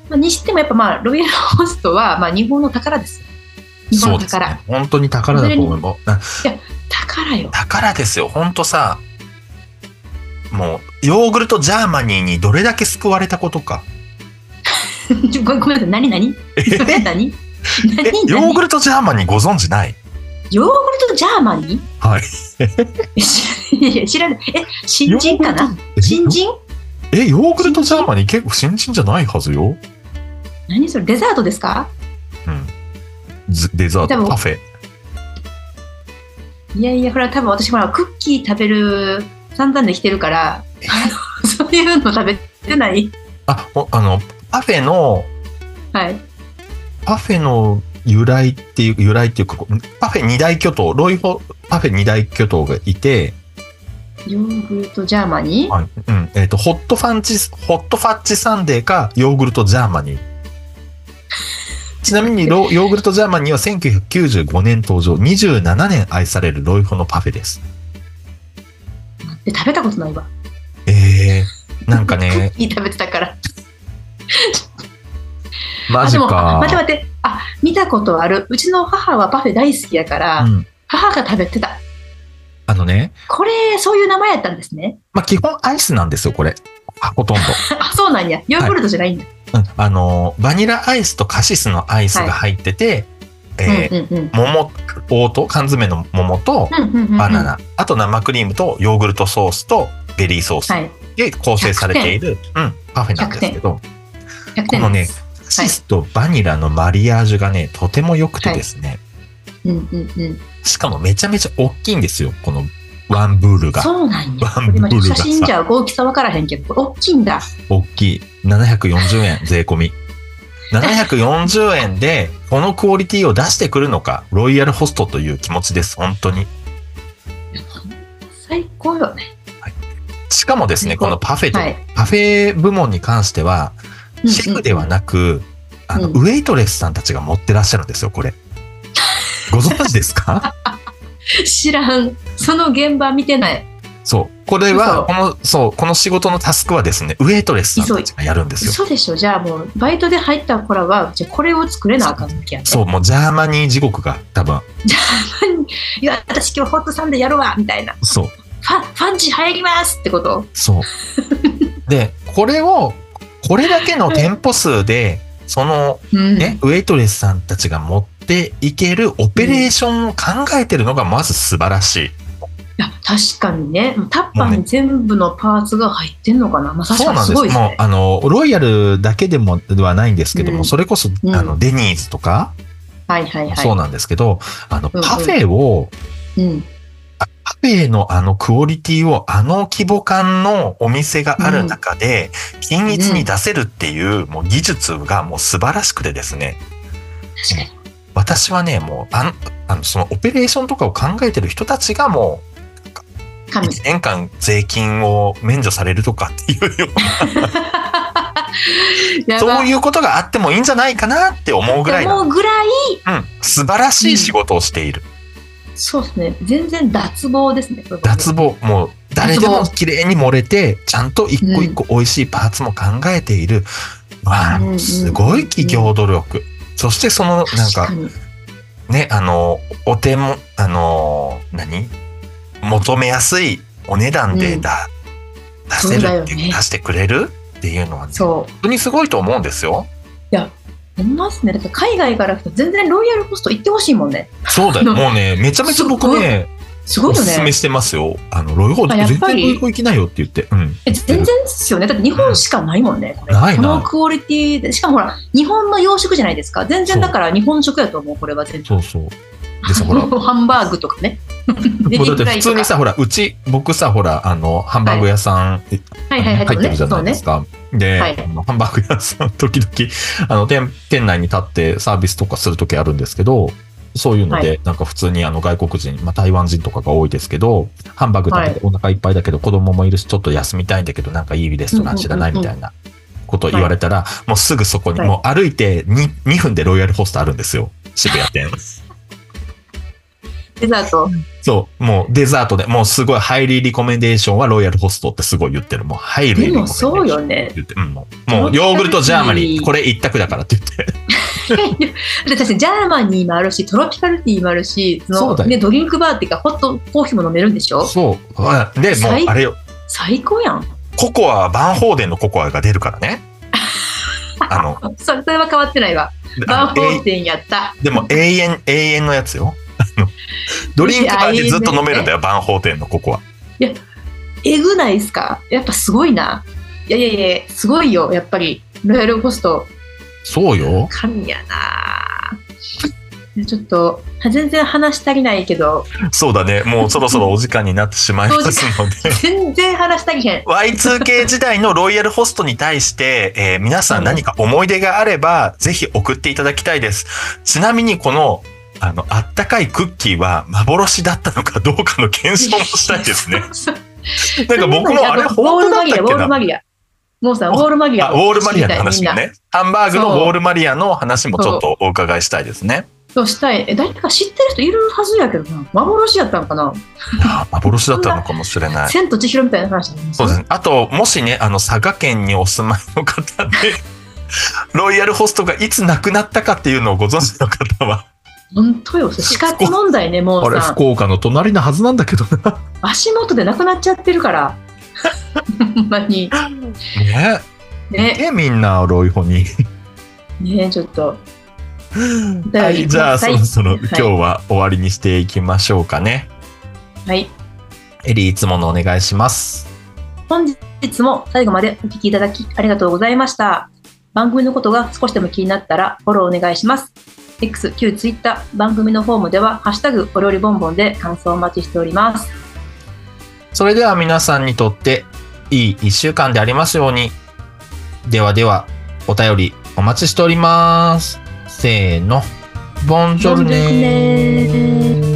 Speaker 4: まあ、にしてもやっぱまあ、ロイヤルホストは、まあ、日本の宝です。日本
Speaker 3: そ
Speaker 4: の
Speaker 3: うです
Speaker 4: 宝。
Speaker 3: ね本当に宝だと思うもうな
Speaker 4: 宝よ。
Speaker 3: 宝ですよ本当さもうヨーグルトジャーマニーにどれだけ救われたことか
Speaker 4: ちょごめんごめんなさい。何何何何
Speaker 3: え
Speaker 4: 何
Speaker 3: ヨーグルトジャーマニーご存知ない
Speaker 4: ヨーグルトジャーマニー
Speaker 3: はい
Speaker 4: えし いや知らない。え、新人かな新人
Speaker 3: えヨーグルトジャーマニー結構新人じゃないはずよ、
Speaker 4: 何それデザートですか
Speaker 3: うん、ずデザー
Speaker 4: で
Speaker 3: ト
Speaker 4: も
Speaker 3: パフェ
Speaker 4: いやいや、ほら、多分私、ほら、クッキー食べる、散々できてる から、あのそういうの食べてない。
Speaker 3: あほあのパフェの
Speaker 4: はい。
Speaker 3: パフェの由来っていう、由来っていうか、こうパフェ二大巨頭、ロイホ、パフェ二大巨頭がいて、
Speaker 4: ヨーグルトジャーマニー、
Speaker 3: はいうんえっとホットファンチ、ホットファッチサンデーかヨーグルトジャーマニー。ちなみ にロヨーグルトジャーマニーは1995年登場、27年愛されるロイホのパフェです。
Speaker 4: 待って食べたことないわ。
Speaker 3: えー、なんかね、
Speaker 4: いい食べてたから。
Speaker 3: マジ
Speaker 4: あでもあ
Speaker 3: か。
Speaker 4: 待って待って。あ、見たことある。うちの母はパフェ大好きやから、
Speaker 3: うん、
Speaker 4: 母が食べてた。
Speaker 3: あのね、
Speaker 4: これ、そういう名前やったんですね。
Speaker 3: まあ、基本アイスなんですよ、これ。あほとんど。
Speaker 4: あ、そうなんや。ヨーグルトじゃないんだ。
Speaker 3: うんあのバニラアイスとカシスのアイスが入ってて、えー
Speaker 4: うんうんうん。
Speaker 3: 桃桃と缶詰の桃と
Speaker 4: うんうんうんうん
Speaker 3: バナナ、。あと生クリームとヨーグルトソースとベリーソー
Speaker 4: は
Speaker 3: ス
Speaker 4: い。
Speaker 3: で構成されている、うん、パフェなんですけど
Speaker 4: 100
Speaker 3: この
Speaker 4: 点で
Speaker 3: ね
Speaker 4: す。
Speaker 3: カシスとバニラのマリアージュがねとても良くてですね、
Speaker 4: うんうんうん。
Speaker 3: しかもめちゃめちゃ大きいんですよこのワンブールが
Speaker 4: そうなんや。
Speaker 3: ワンブ
Speaker 4: 今
Speaker 3: ール
Speaker 4: 写
Speaker 3: が
Speaker 4: 真じ
Speaker 3: さ
Speaker 4: ゃ大きさわからへんけど、これ大きいんだ。
Speaker 3: 大きい740円税込み740円でこのクオリティを出してくるのかロイヤルホストという気持ちです本当に
Speaker 4: 最高よね。
Speaker 3: しかもですね
Speaker 4: 最高
Speaker 3: このパフェと、
Speaker 4: はい
Speaker 3: パフェ部門に関しては
Speaker 4: うんうん
Speaker 3: シェフではなく、あの
Speaker 4: うん
Speaker 3: ウェイトレスさんたちが持ってらっしゃるんですよこれご存知です か
Speaker 4: 知らん。その現場見てない。
Speaker 3: そうこれはこのそうこの仕事のタスクはですねウェイトレスさんたちがやるんですよ
Speaker 4: 嘘でしょじゃあもうバイトで入った子らはじゃあこれを作れなあかんのきやね
Speaker 3: そうもうジャーマニー地獄が多分
Speaker 4: いや私今日ホットサンデーやるわみたいなフ
Speaker 3: そう
Speaker 4: ァファンチ入りますってこと
Speaker 3: そう。で、これを、これだけの店舗数で、その
Speaker 4: うん
Speaker 3: ね、ウェイトレスさんたちが持っていけるオペレーションを考えてるのがまず素晴らしい。
Speaker 4: いや確かにねタッパーに全部のパーツが入ってんのかな、まあ確
Speaker 3: そう
Speaker 4: かに
Speaker 3: なん
Speaker 4: す
Speaker 3: で
Speaker 4: ごい
Speaker 3: す。
Speaker 4: です
Speaker 3: もう
Speaker 4: ね、
Speaker 3: あの、ロイヤルだけでも、ではないんですけども、
Speaker 4: うん
Speaker 3: それこそ、
Speaker 4: うん
Speaker 3: あの、デニーズとか、
Speaker 4: はいはいはい
Speaker 3: そうなんですけど、あの、
Speaker 4: うんうん
Speaker 3: パフェを、
Speaker 4: うん
Speaker 3: パフェのあのクオリティをあの規模感のお店がある中で、均一に出せるっていう、もう技術がもう素晴らしくてですね。
Speaker 4: 確かに
Speaker 3: 私はねもうあんあのそのオペレーションとかを考えてる人たちがもう
Speaker 4: 神
Speaker 3: 1年間税金を免除されるとかっていうような
Speaker 4: やば
Speaker 3: そういうことがあってもいいんじゃないかなって思うぐらい
Speaker 4: で
Speaker 3: な、う
Speaker 4: もぐらい
Speaker 3: ん、素晴らしい仕事をしている、
Speaker 4: そうですね全然脱帽ですね
Speaker 3: 脱帽もう誰でも
Speaker 4: 脱
Speaker 3: 綺麗に盛れてちゃんと一個一個美味しいパーツも考えている、わあ
Speaker 4: うんうん
Speaker 3: すごい企業努力、そしてそのなん
Speaker 4: 確
Speaker 3: か
Speaker 4: かに
Speaker 3: ね、あの、お手も、あの、何求めやすいお値段で
Speaker 4: うん
Speaker 3: だ、
Speaker 4: そう
Speaker 3: 出せ
Speaker 4: だ
Speaker 3: る
Speaker 4: よ
Speaker 3: って
Speaker 4: ね
Speaker 3: いう、出してくれるっていうのは、ね、本
Speaker 4: そう
Speaker 3: 当にすごいと思うんですよ。
Speaker 4: 思いますねだって海外から来たら全然ロイヤルホスト行ってほしいもんね
Speaker 3: そうだよ。
Speaker 4: よ
Speaker 3: もうね、めちゃめちゃ僕ね、
Speaker 4: すご
Speaker 3: お
Speaker 4: いよ
Speaker 3: す
Speaker 4: ね
Speaker 3: すめしてますよ。あの、ロイホー
Speaker 4: あやっ
Speaker 3: 全
Speaker 4: ぱ
Speaker 3: 然
Speaker 4: り
Speaker 3: ロイホー行きないよって言って。うん。
Speaker 4: え全然ですよね。だって日本しかないもんね。これ
Speaker 3: ないない
Speaker 4: このクオリティで、しかもほら、日本の洋食じゃないですか。全
Speaker 3: そ
Speaker 4: 然
Speaker 3: う
Speaker 4: だから日本食やと思う、これは全然。
Speaker 3: そうそう。でさ、ほら。も
Speaker 4: ハンバーグとか ね。デニ
Speaker 3: うだっ
Speaker 4: フ
Speaker 3: て
Speaker 4: ライ
Speaker 3: 普通
Speaker 4: と
Speaker 3: に
Speaker 4: か
Speaker 3: さ、ほら、うち、僕さ、ほら、あの、ハンバーグ屋さん、
Speaker 4: はいはいはい、
Speaker 3: 入ってるじゃないです
Speaker 4: か。
Speaker 3: か。で、
Speaker 4: はい
Speaker 3: あのハンバーグ屋さん、時々、あの、店、店内に立ってサービスとかするときあるんですけど、そういうので、
Speaker 4: は
Speaker 3: なんか普通にあの外国人、まあ台湾人とかが多いですけど、ハンバーグ食べてお腹いっぱいだけど子供もいるし、ちょっと休みたいんだけど、なんかいいレストラン知らないみたいなことを言われたら、もうすぐそこに、
Speaker 4: はい
Speaker 3: もう歩いて 2, 2分でロイヤルホストあるんですよ。渋谷店。
Speaker 4: デザート。
Speaker 3: そう、もうデザートで、もうすごいハイリーリコメンデーションはロイヤルホストってすごい言ってる。もうハイリーリ
Speaker 4: で
Speaker 3: コメン
Speaker 4: も
Speaker 3: デーション。
Speaker 4: そうよ ね。
Speaker 3: 言って、うん、もうもうヨーグルトジャーマニー、これ一択だからって言って。
Speaker 4: で確かにジャーマニーもあるし、トロピカルティーもあるし、そ
Speaker 3: そう
Speaker 4: の
Speaker 3: だよ
Speaker 4: ね、ドリンクバーっていうか、ホットコーヒーも飲めるんでしょ
Speaker 3: そう。はいで、もう
Speaker 4: 最
Speaker 3: あれよ、
Speaker 4: 最高やん。
Speaker 3: ココア、バンホーデンのココアが出るからね。あの、
Speaker 4: それそれは変わってないわ。バ
Speaker 3: あ
Speaker 4: ー
Speaker 3: の
Speaker 4: ホ
Speaker 3: え
Speaker 4: ーテンやった。
Speaker 3: いでも永遠、永遠のやつよ。あのドリンクバーでずっと飲めるんだよ、バンホーデンのココア。
Speaker 4: えぐないですかやっぱすごいな。いやいやいや、すごいよ、やっぱり。ロイヤルホスト。
Speaker 3: そうよ。
Speaker 4: 神やないやちょっと、は全然話し足りないけど、
Speaker 3: そうだね。もうそろそろお時間になってしまいますので。
Speaker 4: 全然話し足りへん。
Speaker 3: Y2K 時代のロイヤルホストに対して、えー皆さん何か思い出があれば、ぜひ送っていただきたいです。ちなみにこの、あの、あったかいクッキーは幻だったのかどうかの検証もしたいです ね。なんか僕もあれ
Speaker 4: ボー
Speaker 3: 本当
Speaker 4: ル
Speaker 3: だ
Speaker 4: マ
Speaker 3: った
Speaker 4: リア、
Speaker 3: っ
Speaker 4: ウォ
Speaker 3: け
Speaker 4: ール
Speaker 3: な
Speaker 4: マリア。もうさん、ウォールマリア。
Speaker 3: あウォールマリアの話も
Speaker 4: みんな。
Speaker 3: ね。ハンバーグ
Speaker 4: そ
Speaker 3: の
Speaker 4: う
Speaker 3: ウォールマリアの話もちょっとお伺いしたいですね。
Speaker 4: そうしたい。え、誰か知ってる人いるはずやけどな。幻やったのかな。
Speaker 3: あ幻だったのかもしれない。
Speaker 4: 千と千尋みたいな話だね
Speaker 3: そうですね。あと、もしね、あの、佐賀県にお住まいの方 で、ロイヤルホストがいつ亡くなったかっていうのをご存知の方は、
Speaker 4: 本当よ。死活問題ね、も
Speaker 1: あ
Speaker 4: う
Speaker 1: れ、
Speaker 4: さん。
Speaker 1: 福岡の隣のはずなんだけどな。
Speaker 4: 足元でなくなっちゃってるから。ほんまに。
Speaker 3: ね、
Speaker 4: ね、
Speaker 1: え、みんな、ロイホに。
Speaker 4: ね、ちょっと。
Speaker 3: は、
Speaker 4: はい
Speaker 3: じゃあ、そろそろ
Speaker 4: い
Speaker 3: 今日は終わりにしていきましょうかね。
Speaker 4: はい。
Speaker 3: エリー、いつものお願いします。
Speaker 4: 本日も最後までお聞きいただきありがとうございました。番組のことが少しでも気になったらフォローお願いします。X、旧 Twitter、番組のフォームでは、ハッシュタグ、お料理ボンボンで感想をお待ちしております。
Speaker 3: それでは皆さんにとって、いい一週間でありますように。ではでは、お便りお待ちしております。せーの、ボンジョルネ
Speaker 4: ボンジョルネ
Speaker 3: ー。